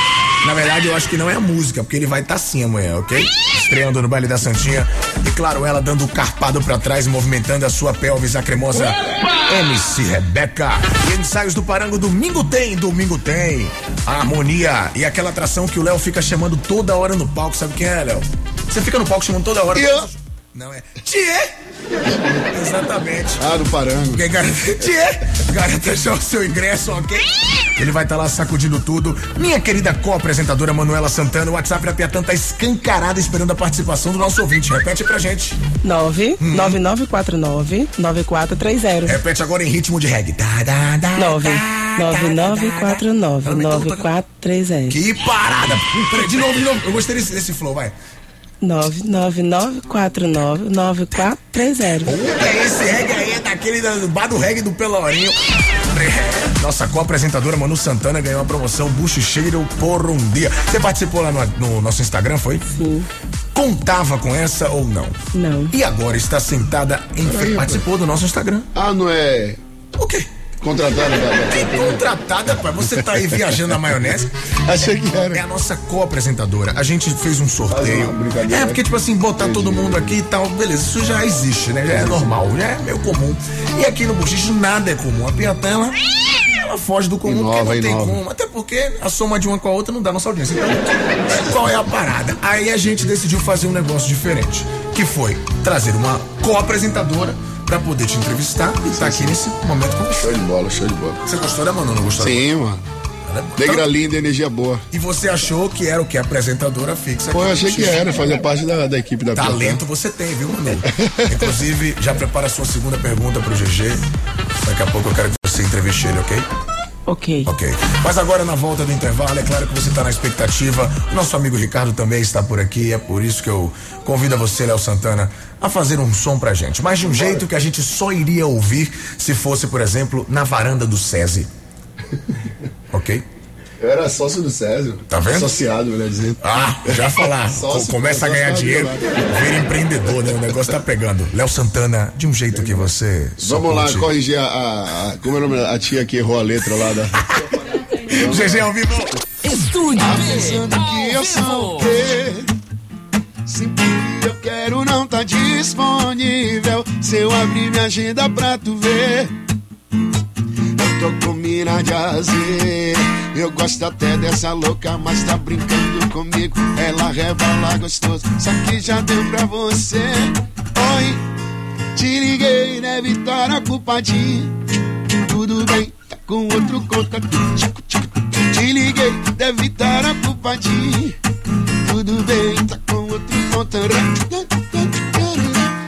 Na verdade, eu acho que não é a música, porque ele vai estar assim amanhã, ok? Estreando no baile da Santinha. E claro, ela dando o carpado pra trás, movimentando a sua pelvis, a cremosa MC Rebeca. E ensaios do Parango, domingo tem, domingo tem. A harmonia e aquela atração que o Léo fica chamando toda hora no palco, sabe quem é, Léo? Você fica no palco chamando toda hora. Eu. Não é. Tchê! Exatamente. Ah, do Parango. Porque garante é, garante já o seu ingresso, ok? Ele vai estar lá sacudindo tudo. Minha querida co-apresentadora Manuela Santana, o WhatsApp da Piatã tá escancarado esperando a participação do nosso ouvinte. Repete pra gente. 99949-9430. Repete agora em ritmo de reggae. Tá, tá, tá, tá, tá, tá, tá. nove Que parada! Peraí, de novo, de novo. Eu gostei desse, desse flow, vai. 999499430. Puta, esse reggae aí é daquele da- do bar do reggae do Pelourinho. Nossa co-apresentadora Manu Santana ganhou a promoção Buchicheiro por um dia. Você participou lá no, no nosso Instagram, foi? Sim. Contava com essa ou não? Não. E agora está sentada em frente. Aí, Participou do nosso Instagram. Ah, não é O quê? contratado Que da... contratada, pai. Você tá aí viajando na maionese. Achei que É era. a nossa co-apresentadora. A gente fez um sorteio. Faz uma brincadeira, É, né? porque, tipo assim, botar todo mundo aqui e tal, beleza, isso já existe, né? Já é normal, já é meio comum. E aqui no Bochicho nada é comum. A Piatã, ela, ela foge do comum, Inova, porque não tem inova. como. Até porque a soma de uma com a outra não dá nossa audiência. Então, qual é a parada? Aí a gente decidiu fazer um negócio diferente, que foi trazer uma co-apresentadora pra poder te entrevistar e tá aqui nesse momento com você. Show de bola, show de bola. Você gostou da Manu, não gostou? Sim, mano. Ela é- Negra linda, energia boa. E você achou que era o que? Apresentadora fixa. aqui Pô, eu no achei que Xixi. era, fazia parte da, da equipe da Piatã. Talento você tem, viu, Manu? Inclusive, já prepara a sua segunda pergunta pro GG. Daqui a pouco eu quero que você entreviste ele, ok? Ok. Ok. Mas agora, na volta do intervalo, é claro que você tá na expectativa. O nosso amigo Ricardo também está por aqui. É por isso que eu convido a você, Léo Santana, a fazer um som pra gente. Mas de um jeito que a gente só iria ouvir se fosse, por exemplo, na varanda do SESI. Ok? Eu era sócio do César. Tá vendo? Associado, melhor dizendo. Ah, já [laughs] falar. Co- se- Começa a só ganhar se- dinheiro, vira empreendedor, né? O negócio tá pegando. Léo Santana, de um jeito que você. só Vamos lá, é curte. corrigir a, a- a- Como é o nome da a tia que errou a letra lá da. GG ao vivo. Estúdio Pensando que B. eu ao vivo. saltei. Sempre que eu quero, não tá disponível. Se eu abrir minha agenda pra tu ver. Eu tô com mina de azer. Eu gosto até dessa louca, mas tá brincando comigo. Ela rebola gostoso, só que já deu pra você. Oi, te liguei, né, Vitória Culpadinho? Tudo bem, tá com outro conta. Tico, tico, te liguei, deve estar a culpa de Tudo bem, tá com outro conta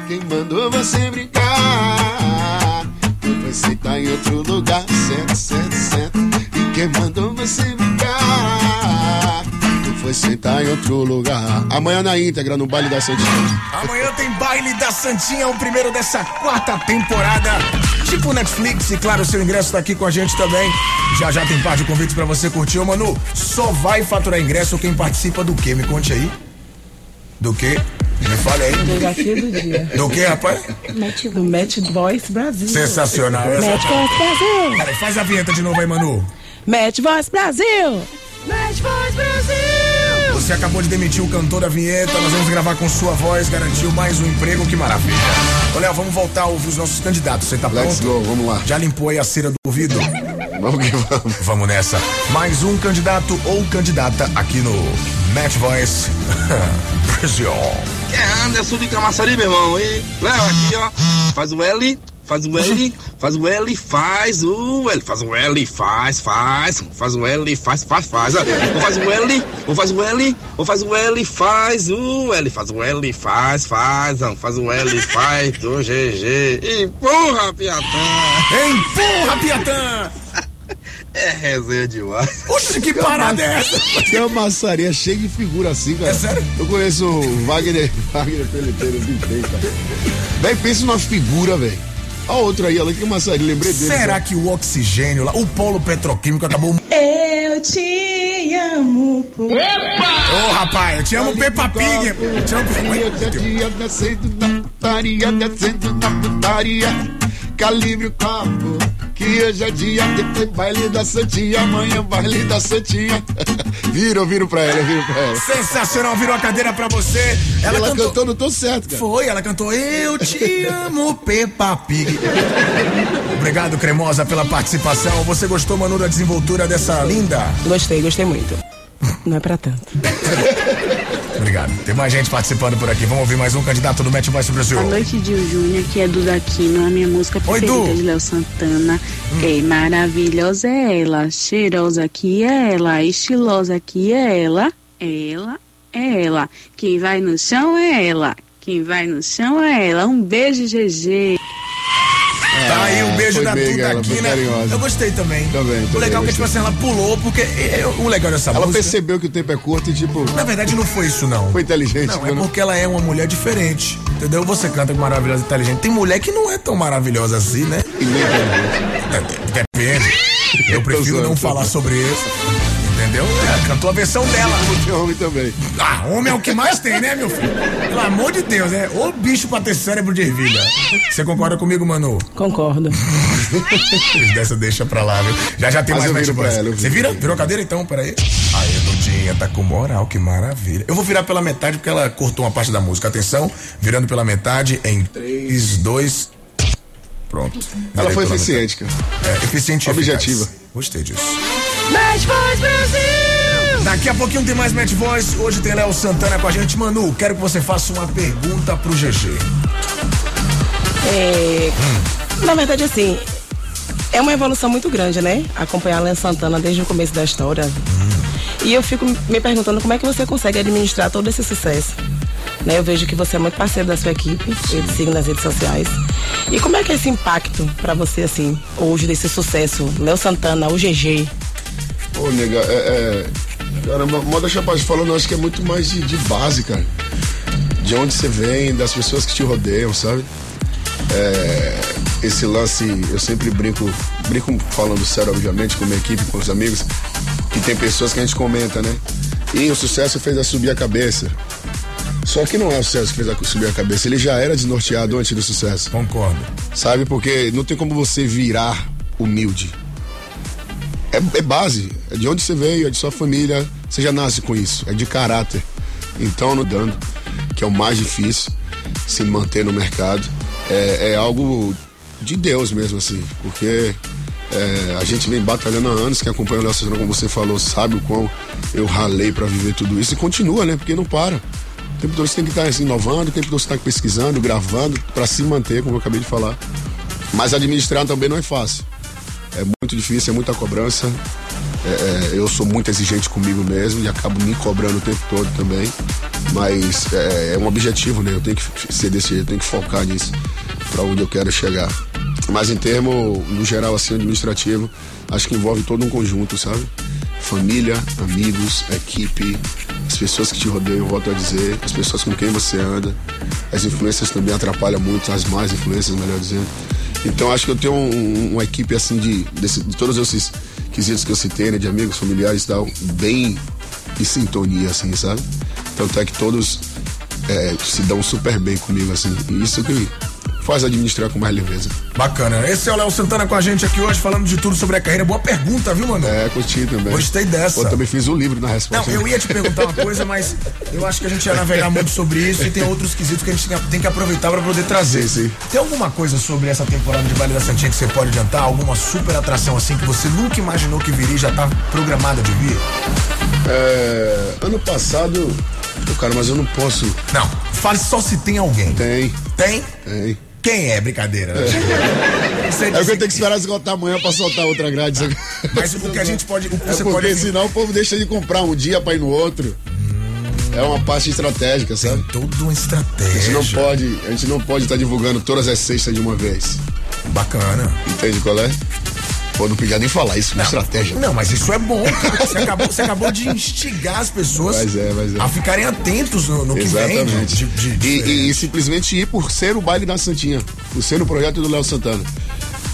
Quem mandou você brincar Você tá em outro lugar, certo, certo, certo E quem mandou você brincar Você tá em outro lugar Amanhã na íntegra, no Baile da Santinha Amanhã tem Baile da Santinha, o primeiro dessa quarta temporada. Tipo Netflix, e claro, seu ingresso tá aqui com a gente também. Já já tem par de convites pra você curtir. Ô, Manu, só vai faturar ingresso quem participa do quê? Me conte aí. Do quê? Me fale aí. Desafio do dia. Do quê, rapaz? Do Match Boys Brasil. Sensacional. Match Boys Brasil. Peraí, faz a vinheta de novo aí, Manu. Match Boys Brasil. Você acabou de demitir o cantor da vinheta, nós vamos gravar com sua voz, garantiu mais um emprego, que maravilha. Ô, Léo, vamos voltar a ouvir os nossos candidatos, você tá Let's pronto? go, vamos lá Já limpou aí a cera do ouvido? Vamos que vamos Vamos nessa. Mais um candidato ou candidata aqui no Match Voice [laughs] Brasil. Que é Anderson de Camaçari, meu irmão. E Léo, aqui, ó. Faz o L, faz o L, faz o L, faz o L, faz o L, faz, faz, faz o L, faz, faz, faz. ó. Ou faz o L, ou faz o L, ou faz o L, faz o L, faz o L, faz, faz, ó. faz o L, faz do GG. E porra, piatã. Empurra, Piatã! É resenha demais. Oxe, que parada é essa? Tem uma maçaria cheia de figura assim, cara. É sério? Eu conheço o Wagner, [laughs] Wagner Peleteiro de bem, cara. Véi, pensa numa figura, velho. A outra aí, olha que maçaria, lembrei dele. Será que o oxigênio lá, o polo petroquímico acabou... Eu te amo por... Ô, rapaz, eu te amo Peppa Pig. Eu te amo Peppa Pig. Dia descendo da putaria, descendo da putaria. Calibre o copo, que hoje é dia de ter baile da Santinha, amanhã baile da Santinha. [laughs] Vira, eu viro pra ela, eu viro pra ela. Sensacional, virou a cadeira pra você. Ela, Ela cantou... cantou no tom certo, cara. Foi, ela cantou Eu te amo, Peppa Pig. Obrigado, Cremosa, pela participação. Você gostou, Manu, da desenvoltura dessa linda? Gostei, gostei muito. Não é pra tanto. Obrigado. Tem mais gente participando por aqui. Vamos ouvir mais um candidato do Match Voice Brasil. A Noite de Júnior, que é do Daquino, a minha música Oi, preferida Du. Hum. de Léo Santana. Ei, maravilhosa é ela, cheirosa que é ela, estilosa que é ela, ela é ela. Quem vai no chão é ela, quem vai no chão é ela. Um beijo, GG. Tá aí um beijo É, foi da bem, Duda ela foi aqui, né? carinhosa. Eu gostei também. Também, o também legal é que, gostei. tipo assim, ela pulou, porque eu- o legal dessa Ela música. percebeu que o tempo é curto e, tipo, Na verdade, não foi isso, não. foi né? inteligente. Não, é entendeu? porque ela é uma mulher diferente. Entendeu? Você canta com maravilhosa e inteligente. Tem mulher que não é tão maravilhosa assim, né? E nem inteligente. Depende. Eu prefiro zoando, não tô falar zoando. sobre isso. Entendeu? Ela cantou a versão dela. Tem homem também. Ah, homem é o que mais tem, né, meu filho? Pelo amor de Deus, né? Ô bicho pra ter cérebro de ervilha. Você concorda comigo, Manu? [laughs] Concordo. Dessa deixa pra lá, viu? Já já tem Mas mais match eu viro pra boys. ela, eu Você viro. vira? Virou a cadeira então? Peraí. Aí, Dudinha, tá com moral, que maravilha. Eu vou virar pela metade porque ela cortou uma parte da música. Atenção, virando pela metade em 3, 2. Pronto. Ela Virei foi pela eficiente, cara. metade. É, eficiente e eficaz. Objetiva. Gostei disso. Daqui a pouquinho tem mais Match Voice. Hoje tem Léo Santana com a gente. Manu, quero que você faça uma pergunta pro GG. É, Na verdade, assim, é uma evolução muito grande, né? Acompanhar a Léo Santana desde o começo da história. E eu fico me perguntando como é que você consegue administrar todo esse sucesso. Né? Eu vejo que você é muito parceiro da sua equipe, eu te sigo nas redes sociais. E como é que é esse impacto pra você, assim, hoje, desse sucesso? Léo Santana, o GG. Ô, nega, é. é cara, mo- moda Chapaz falando, eu acho que é muito mais de, de base, cara. De onde você vem, das pessoas que te rodeiam, sabe? É, esse lance, eu sempre brinco, brinco falando sério, obviamente, com minha equipe, com os amigos, que tem pessoas que a gente comenta, né? E o sucesso fez a subir a cabeça. Só que não é o sucesso que fez a subir a cabeça, ele já era desnorteado antes do sucesso. Concordo. Sabe? Porque não tem como você virar humilde. É, é base. É de onde você veio, é de sua família. Você já nasce com isso. É de caráter. Então, no dando, que é o mais difícil, se manter no mercado, é, é algo de Deus mesmo, assim. Porque É, a gente vem batalhando há anos, quem acompanha o Léo Santana, como você falou, sabe o quão eu ralei para viver tudo isso e continua, né? Porque não para. O tempo todo você tem que estar se inovando, o tempo todo você tem que estar pesquisando, gravando, para se manter, como eu acabei de falar. Mas administrar também não é fácil. É muito difícil, é muita cobrança. É, é, eu sou muito exigente comigo mesmo e acabo me cobrando o tempo todo também. Mas é, é um objetivo, né? Eu tenho que ser desse jeito, eu tenho que focar nisso para onde eu quero chegar. Mas em termo, no geral, assim, administrativo, acho que envolve todo um conjunto, sabe? Família, amigos, equipe, as pessoas que te rodeiam, volto a dizer, as pessoas com quem você anda. As influências também atrapalham muito, as más influências, melhor dizendo. Então acho que eu tenho um, um, uma equipe assim de, desse, de todos esses quesitos que eu citei, né, de amigos, familiares e tal, bem em sintonia, assim, sabe? Tanto é que todos é, se dão super bem comigo, assim. E isso que faz administrar com mais leveza. Bacana. Esse é o Léo Santana com a gente aqui hoje, falando de tudo sobre a carreira. Boa pergunta, viu, mano? É, curti também. Gostei dessa. Eu também fiz um livro na resposta. Não, eu ia te perguntar uma coisa, mas eu acho que a gente ia navegar muito sobre isso e tem outros quesitos que a gente tem que aproveitar para poder trazer. Sim, sim. Tem alguma coisa sobre essa temporada de Vale da Santinha que você pode adiantar? Alguma super atração assim que você nunca imaginou que viria e já tá programada de vir? É, ano passado. Pô, cara, mas eu não posso. Não, fale só se tem alguém. Tem. Tem? Tem. Quem é? Brincadeira. Né? É. é que eu tenho que esperar esgotar amanhã pra soltar outra grade. Tá. Mas o que a gente pode. O que você é porque pode... senão o povo deixa de comprar um dia pra ir no outro. Hum, é uma parte estratégica, sabe? Tem toda uma estratégia. A gente não pode, a gente não pode estar tá divulgando todas as sextas de uma vez. Bacana. Entende qual é? Pô, não podia nem falar isso, uma não, estratégia. Não, mas isso é bom, cara. Você acabou, você acabou de instigar as pessoas mas é, mas é. a ficarem atentos no, no que vem. De, de, de... E, e, e, simplesmente ir por ser o baile da Santinha, por ser o projeto do Léo Santana,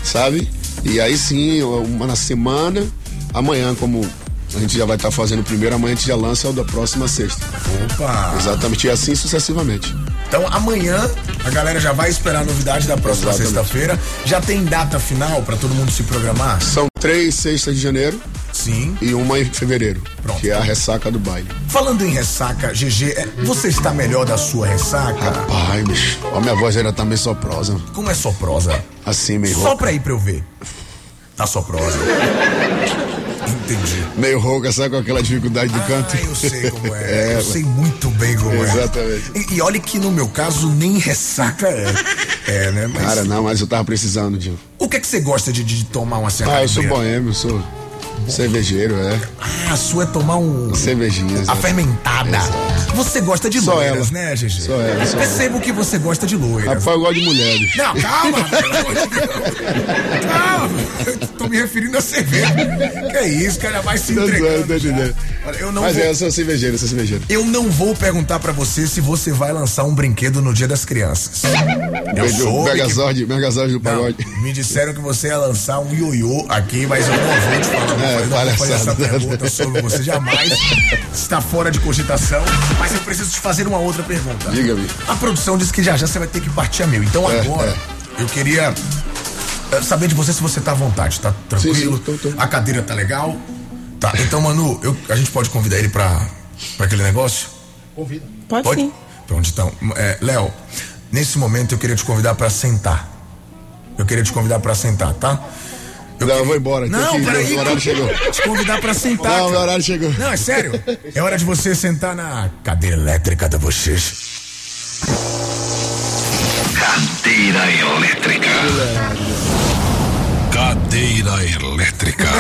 sabe? E aí sim, uma na semana, amanhã, como a gente já vai estar tá fazendo o primeiro, amanhã a gente já lança o da próxima sexta. Opa! Exatamente, e assim sucessivamente. Então amanhã a galera já vai esperar a novidade da próxima sexta-feira. Já tem data final para todo mundo se programar? São três sextas de janeiro. Sim. E uma em fevereiro. Pronto. Que é a ressaca do baile. Falando em ressaca, GG, você está melhor da sua ressaca? Rapaz, bicho. A minha voz ainda tá meio soprosa. Como é soprosa? Assim, meio. Só pra ir pra eu ver. Tá soprosa. Entendi. Meio rouca, sabe com aquela dificuldade do ah, canto? Eu sei como [laughs] é. é eu sei muito bem como é. Exatamente. E, e olha que no meu caso nem ressaca é. É, né? Mas... Cara, não, mas eu tava precisando, Diego. O que é que você gosta de, de tomar uma cerveja? Ah, eu sou boêmio, eu sou cervejeiro, é. né? Ah, a sua é tomar um. Cervejinha. A fermentada. Exato. Você gosta de só loiras, ela. né, Gigi? Só ela. Só Percebo ela. que você gosta de loiras. Rapaz, eu gosto de mulheres. Não, calma, pelo amor de Deus. Calma, eu tô me referindo a cerveja. Que é isso, cara, vai se entregando. Não, não, Olha, eu não Mas vou... é, eu sou cervejeiro, eu sou cervejeiro. Eu não vou perguntar pra você se você vai lançar um brinquedo no Dia das Crianças. Eu, eu sou. Megazord, que... Megazord do pagode. Me disseram que você ia lançar um ioiô aqui, mas eu não vou te falar. É, eu não vou fazer essa palhaçada. pergunta sobre você jamais. Está fora de cogitação. Mas eu preciso te fazer uma outra pergunta. Diga-me. A produção diz que já já você vai ter que partir a mil. Então É, agora, eu queria eh, saber de você se você tá à vontade, tá tranquilo? Sim, sim, tô, tô. A cadeira tá legal? Tá. Então, Manu, eu- a gente pode convidar ele pra, pra aquele negócio? Pode, sim. Pronto, então. É, Léo, nesse momento eu queria te convidar pra sentar. Eu queria te convidar pra sentar, tá? Não, eu vou embora. tem que Não, ir, peraí. O horário chegou. Te convidar pra sentar. Não, cara. o horário chegou. Não, é sério. É hora de você sentar na cadeira elétrica da bochecha. Cadeira elétrica. Cadeira elétrica.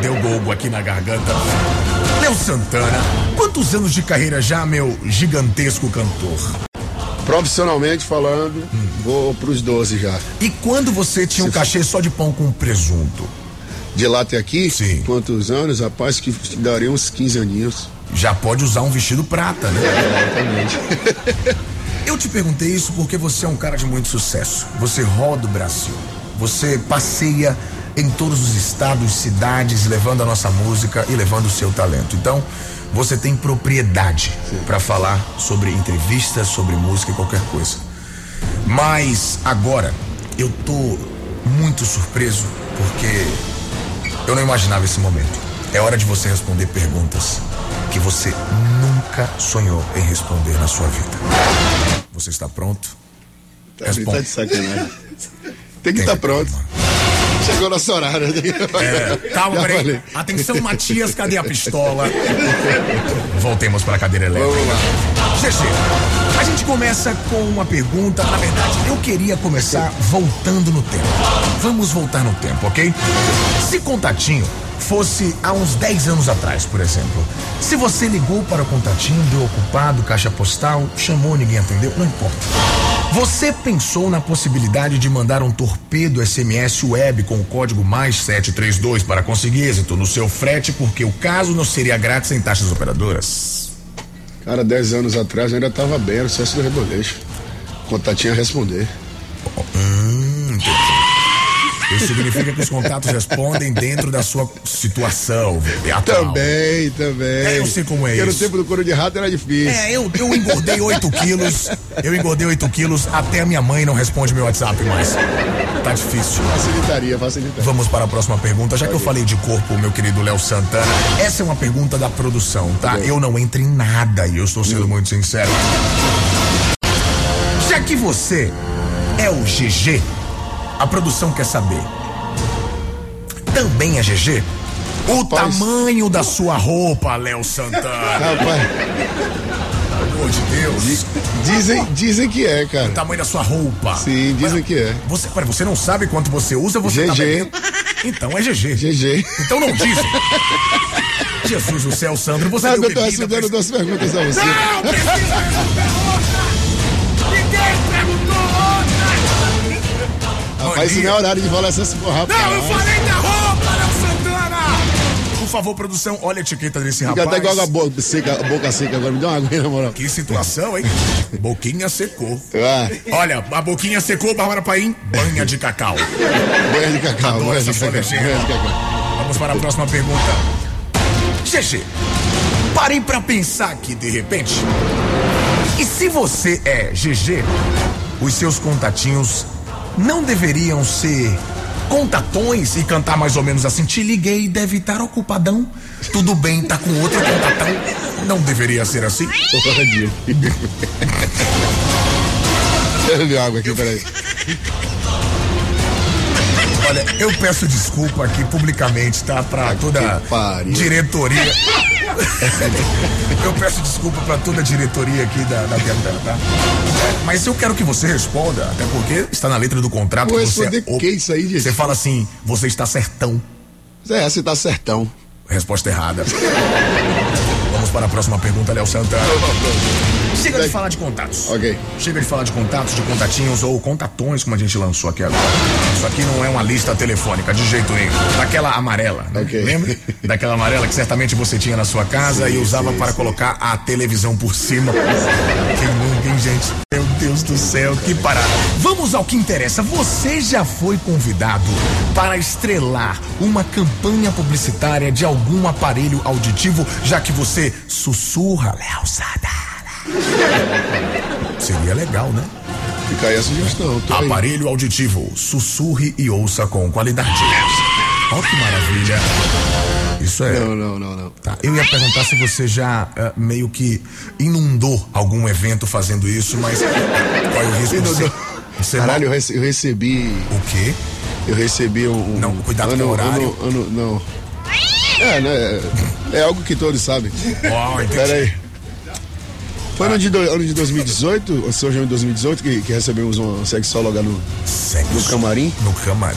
Deu gogo aqui na garganta. Léo Santana, quantos anos de carreira já, meu gigantesco cantor? Profissionalmente falando, Hum. vou pros 12 já. E quando você tinha um cachê só de pão com presunto? De lá até aqui, Sim. quantos anos? Rapaz, que daria uns 15 aninhos. Já pode usar um vestido prata, né? Exatamente. [laughs] Eu te perguntei isso porque você é um cara de muito sucesso. Você roda o Brasil. Você passeia em todos os estados, cidades, levando a nossa música e levando o seu talento. Então, você tem propriedade para falar sobre entrevistas, sobre música e qualquer coisa. Mas agora eu tô muito surpreso porque eu não imaginava esse momento. É hora de você responder perguntas que você nunca nunca sonhou em responder na sua vida. Você está pronto? Responde. Tá [laughs] de sacanagem. Tem que estar tá pronto. Chegou nosso horário. É, calma, peraí. Falei. Atenção, Matias, cadê a [laughs] pistola? Voltemos para a cadeira elétrica. GG, a gente começa com uma pergunta. Na verdade, eu queria começar voltando no tempo. Vamos voltar no tempo, ok? Se contatinho fosse há uns 10 anos atrás, por exemplo, se você ligou para o contatinho, deu ocupado, caixa postal, chamou, ninguém atendeu, não importa. Você pensou na possibilidade de mandar um torpedo SMS web com o código mais 732 para conseguir êxito no seu frete, porque o caso não seria grátis sem taxas operadoras? Cara, 10 anos atrás ainda estava bem, era o sucesso do rebolejo. Contatinho a responder. Hum, entendi. Isso significa que os contatos respondem dentro da sua situação. Atual. Também, também. É, eu sei como é Porque isso. no tempo do couro de rato era difícil. É, eu, eu engordei 8 quilos. Eu engordei 8 quilos, até a minha mãe não responde meu WhatsApp mais. Tá difícil. Facilitaria, facilitaria. Vamos para a próxima pergunta. Já que eu falei de corpo, meu querido Léo Santana, essa é uma pergunta da produção, tá? Eu não entro em nada e eu estou sendo muito sincero. Já que você é o GG, a produção quer saber. Também é GG? O Rapaz. tamanho da sua roupa, Léo Santana. Rapaz, [laughs] Pelo amor de Deus. dizem, dizem que é, cara. O tamanho da sua roupa. Sim, dizem que é. Você, pera, você não sabe quanto você usa, você tá GG. bebendo. Então é GG. GG. Então não dizem. Jesus do céu, Sandro, você Sabe deu que eu tô bebida pra respondendo duas perguntas a você? Não precisa responder outra. um Ninguém perguntou outra. Rapaz, isso não é horário de falar essas porra. Não, eu rapaz. falei da roupa, Léo Santana! Por favor, produção, olha a etiqueta desse Fica rapaz. até igual a boca seca, a boca seca agora. Me dá uma aguinha, na moral. Que situação, hein? Boquinha secou. Ah, Olha, a boquinha secou, Bárbara Paim, banha de cacau. banha de cacau, Adoro banha de essa cacau, banha de cervejinha. cacau. Vamos para a próxima pergunta. GG, parem pra pensar aqui de repente. E se você é GG, os seus contatinhos não deveriam ser contatões e cantar mais ou menos assim: te liguei, deve estar ocupadão. Tudo bem, tá com outro contatão. Não deveria ser assim? Porra de- Deixa [laughs] eu beber água aqui, peraí. Olha, eu peço desculpa aqui publicamente, tá? Pra toda que pariu. [laughs] diretoria. eu peço desculpa pra toda a diretoria aqui da, da Piatã, tá? Mas eu quero que você responda, até porque está na letra do contrato Vou que você. é responder o- que isso aí, gente? Você fala assim, você está certão. É, você tá certão. Resposta [laughs] errada. Vamos para a próxima pergunta, Léo Santana. Chega de falar de contatos. Ok. Chega de falar de contatos, de contatinhos ou contatões, como a gente lançou aqui agora. Isso aqui não é uma lista telefônica, de jeito nenhum. Daquela amarela, né? Ok. Lembra? Daquela amarela que certamente você tinha na sua casa e usava para colocar a televisão por cima. Quem nunca, hein, gente? Meu Deus do céu, que parada. Vamos ao que interessa. Você já foi convidado para estrelar uma campanha publicitária de algum aparelho auditivo, já que você sussurra, Léo Sadara. Seria legal, né? Fica aí a sugestão. Tô aí. Aparelho auditivo, sussurre e ouça com qualidade. Olha que maravilha. Isso é. Não, não, não, não. Tá, eu ia perguntar se você já eh, meio que inundou algum evento fazendo isso, mas qual é o risco de Inundou. você, você Caralho, eu rece- eu recebi O quê? Eu recebi um. um- Não, cuidado com o horário. Ano, ano, não. É, né? É, é algo que todos sabem. Ó, entendi. Pera aí. Foi no ano de, do- ano de 2018, ou seja, em 2018, que, que recebemos uma sexóloga no Sexo. No camarim? No camarim.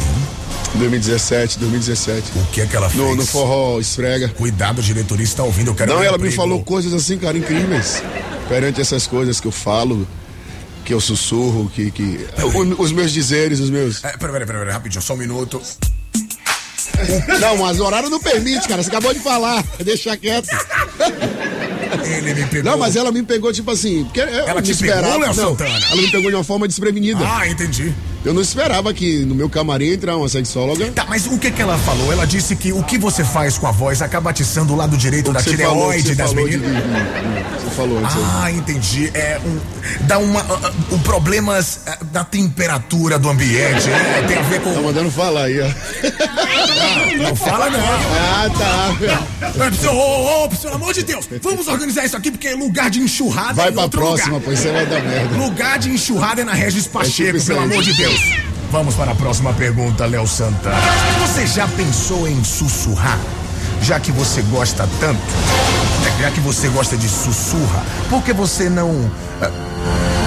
2017, 2017. O que é que ela fez? No, no forró, esfrega. Cuidado, a diretoria está ouvindo, eu quero Não, meu ela me emprego. falou coisas assim, cara, incríveis. Perante essas coisas que eu falo, que eu sussurro, que. que o- os meus dizeres, os meus. É, pera, pera, pera, pera, rapidinho, só um minuto. Não, mas o horário não permite, cara. Você acabou de falar. [laughs] Deixa quieto. Ele me pegou. Não, mas é ela me pegou, tipo assim, porque eu Ela te inesperado. pegou, Léo não, Santana? Ela me pegou de uma forma desprevenida. Ah, entendi. Eu não esperava que no meu camarim entrar uma sexóloga. Tá, mas o que que ela falou? Ela disse que o que você faz com a voz acaba atiçando o lado direito O da que você tireoide falou, o que você das falou de- meninas. de- de- de- você falou antes aí. Ah, entendi. É um, dá uma, ah, ah, o problemas ah, da temperatura do ambiente, né? Tem a ver com. Tá mandando falar [laughs] aí, ó. Não fala não. Ah, tá. Ô, ô, ô, pelo amor de Deus, vamos organizar isso aqui porque é lugar de enxurrada. Vai é em pra outro próxima, lugar. pois você vai dar merda. Lugar de enxurrada é na Regis Pacheco, tipo isso pelo aí. amor de Deus. Vamos para a próxima pergunta, Léo Santana. Você já pensou em sussurrar? Já que você gosta tanto, já que você gosta de sussurra, por que você não ah,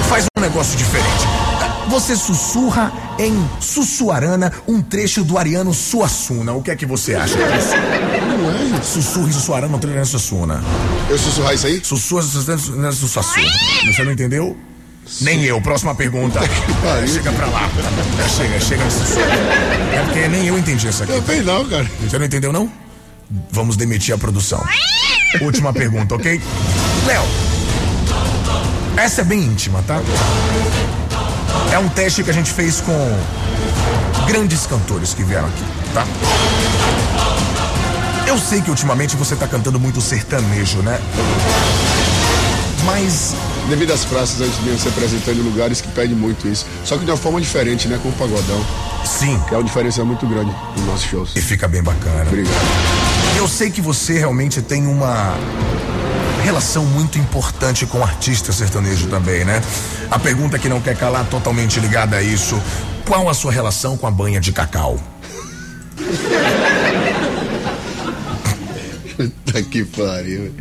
faz um negócio diferente? Ah, Você sussurra em Sussuarana um trecho do Ariano Suassuna. O que é que você acha disso? é Sussurra e Sussuarana um trecho do Ariano Suassuna. Eu sussurrar isso aí? Sussurra Sussuarana Suassuna. Você não entendeu? Nem eu. Próxima pergunta. chega pra lá. Chega, chega de sussurro. É porque nem eu entendi isso aqui. Também não, cara. Você não entendeu, não? Vamos demitir a produção. Última pergunta, ok? Léo, essa é bem íntima, tá? É um teste que a gente fez com grandes cantores que vieram aqui, tá? Eu sei que ultimamente você tá cantando muito sertanejo, né? Mas. Devido às praças, a gente vem se apresentando em lugares que pedem muito isso. Só que de uma forma diferente, né? Com o pagodão. Sim. Que é uma diferença muito grande nos nossos shows. E fica bem bacana. Obrigado. Eu sei que você realmente tem uma relação muito importante com o artista sertanejo também, né? A pergunta que não quer calar, totalmente ligada a isso: qual a sua relação com a banha de cacau? [laughs] Puta que pariu.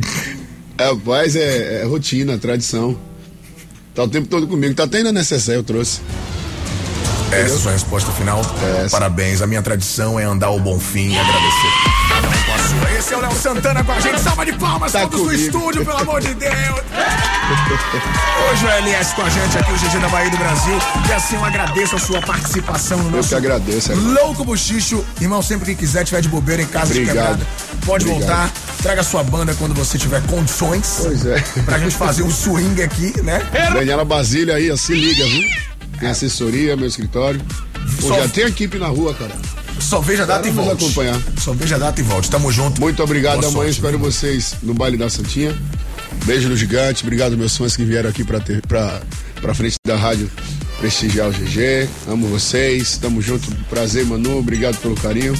Rapaz, é, é rotina, tradição. Tá o tempo todo comigo. Tá até na necessaire, eu trouxe. Essa é a sua resposta final. É Parabéns. A minha tradição é andar o bom fim e agradecer. Esse é o Léo Santana com a gente. Salva de palmas, Tá todos no comigo. estúdio, pelo amor de Deus. Hoje o LS com a gente aqui, o GG da Bahia do Brasil. E assim eu agradeço a sua participação no Eu nosso que agradeço. é. Louco Bochicho, irmão, sempre que quiser, tiver de bobeira em casa de Obrigado. quebrada, pode Obrigado. voltar. Traga sua banda quando você tiver condições. Pois é. Pra gente fazer um swing aqui, né? Daniela Basília aí, ó, se liga, viu? Tem assessoria, meu escritório. Pô, Só- já tem equipe na rua, cara. Só veja a data e Vamos volte. acompanhar. Só veja a data e volte. Tamo junto. Muito obrigado, Boa amanhã sorte, espero vocês no baile da Santinha. Beijo no gigante, obrigado meus fãs que vieram aqui pra, ter, pra, pra frente da rádio prestigiar o GG. Amo vocês, tamo junto, prazer, Manu, obrigado pelo carinho.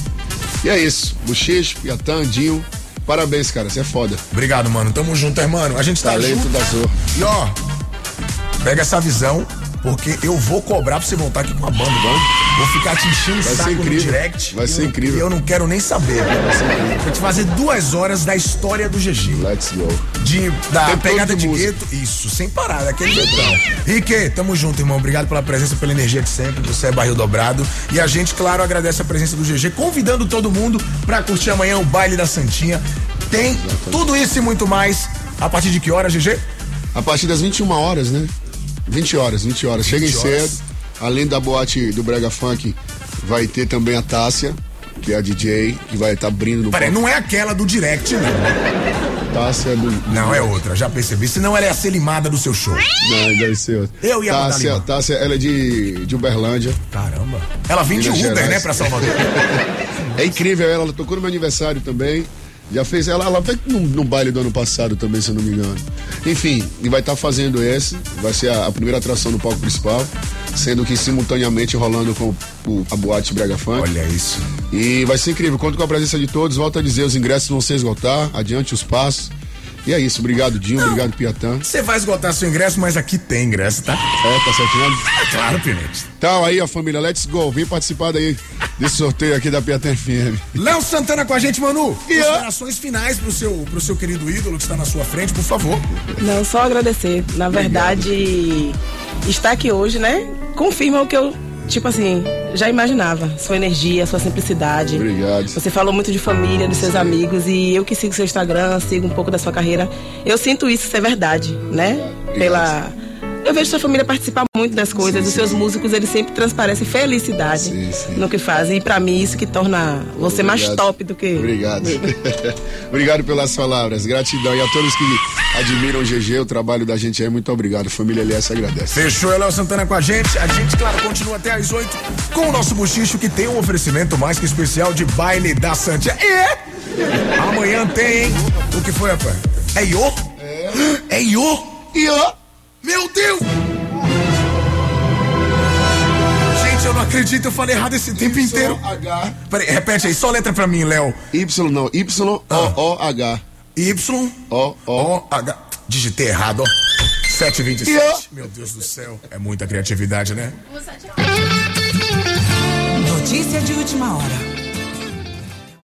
E é isso, Buchicho, Yatan, Dinho, parabéns, cara, você é foda. Obrigado, mano. Tamo junto, irmão. A gente tá Talento junto. da Zorra. E ó, pega essa visão, porque eu vou cobrar pra você voltar aqui com a banda. Vou ficar te enchendo o Vai ser saco no incrível. direct. Vai E ser eu- incrível. E eu não quero nem saber. Vou te fazer duas horas da história do GG. Let's go. De, da Tempo todo pegada de de música. gueto. Isso, sem parar, daquele jeitão. Rique, tamo junto, irmão. Obrigado pela presença, pela energia de sempre. Você é barril dobrado. E a gente, claro, agradece a presença do GG, convidando todo mundo pra curtir amanhã o baile da Santinha. Tem tudo isso e muito mais. A partir de que hora, GG? A partir das 21 horas, né? 20 horas, 20 horas. Cheguem 20 horas. cedo. Além da boate do Brega Funk, vai ter também a Tássia, que é a DJ, que vai estar abrindo no Peraí, palco. não é aquela do direct, não. Tássia do. Não, é outra, já percebi. Senão ela é a selimada do seu show. Não, deve ser outra. Eu ia mandar Tássia, limar. Tássia, ela é de, de Uberlândia. Caramba. Ela vem de Minas Uber, Gerais. né, pra Salvador. É incrível ela, ela tocou no meu aniversário também. Já fez ela, ela veio no, no baile do ano passado também, se eu não me engano. Enfim, e vai estar fazendo esse, vai ser a, a primeira atração no palco principal, sendo que simultaneamente rolando com o- a boate Brega Funk. Olha isso. E vai ser incrível. Conto com a presença de todos. Volto a dizer, os ingressos vão se esgotar. Adiante os passos. E é isso. Obrigado, Dinho. Obrigado, Piatã. Você vai esgotar seu ingresso, mas aqui tem ingresso, tá? É, tá certinho? É claro, Pinete. Então, aí, ó, família, let's go. Vem participar daí desse sorteio aqui da Piatã FM. Léo Santana com a gente, Manu. E ó. Considerações finais pro seu, pro seu querido ídolo que está na sua frente, por favor. Não, só agradecer. Na verdade, estar aqui hoje, né? Confirma o que eu, tipo assim, já imaginava. Sua energia, sua simplicidade. Obrigado. Você falou muito de família, dos seus amigos. E eu que sigo seu Instagram, sigo um pouco da sua carreira. Eu sinto isso ser é verdade, né? Obrigado. Pela Eu vejo sua família participar muito das coisas, sim, os seus músicos, eles sempre transparecem felicidade sim, sim. no que fazem. E para mim, isso que torna você Obrigado. mais top do que. Obrigado. [laughs] obrigado pelas palavras, gratidão. E a todos que admiram o GG, o trabalho da gente aí, muito obrigado. Família LS agradece. Fechou, Léo Santana com a gente. A gente, claro, continua até às 8 com o nosso bochicho que tem um oferecimento mais que especial de baile da Santia. E. Amanhã tem, hein? O que foi, rapaz? É Iô? É. É Iô? Iô? Meu Deus! Gente, eu não acredito, eu falei errado esse tempo y inteiro. H. Peraí, repete aí, só letra pra mim, Léo. Y não, Y-O-O-H. Y-O-O-H. Digitei errado, ó. 727. Iô. Meu Deus do céu. É muita criatividade, né? Notícia de última hora.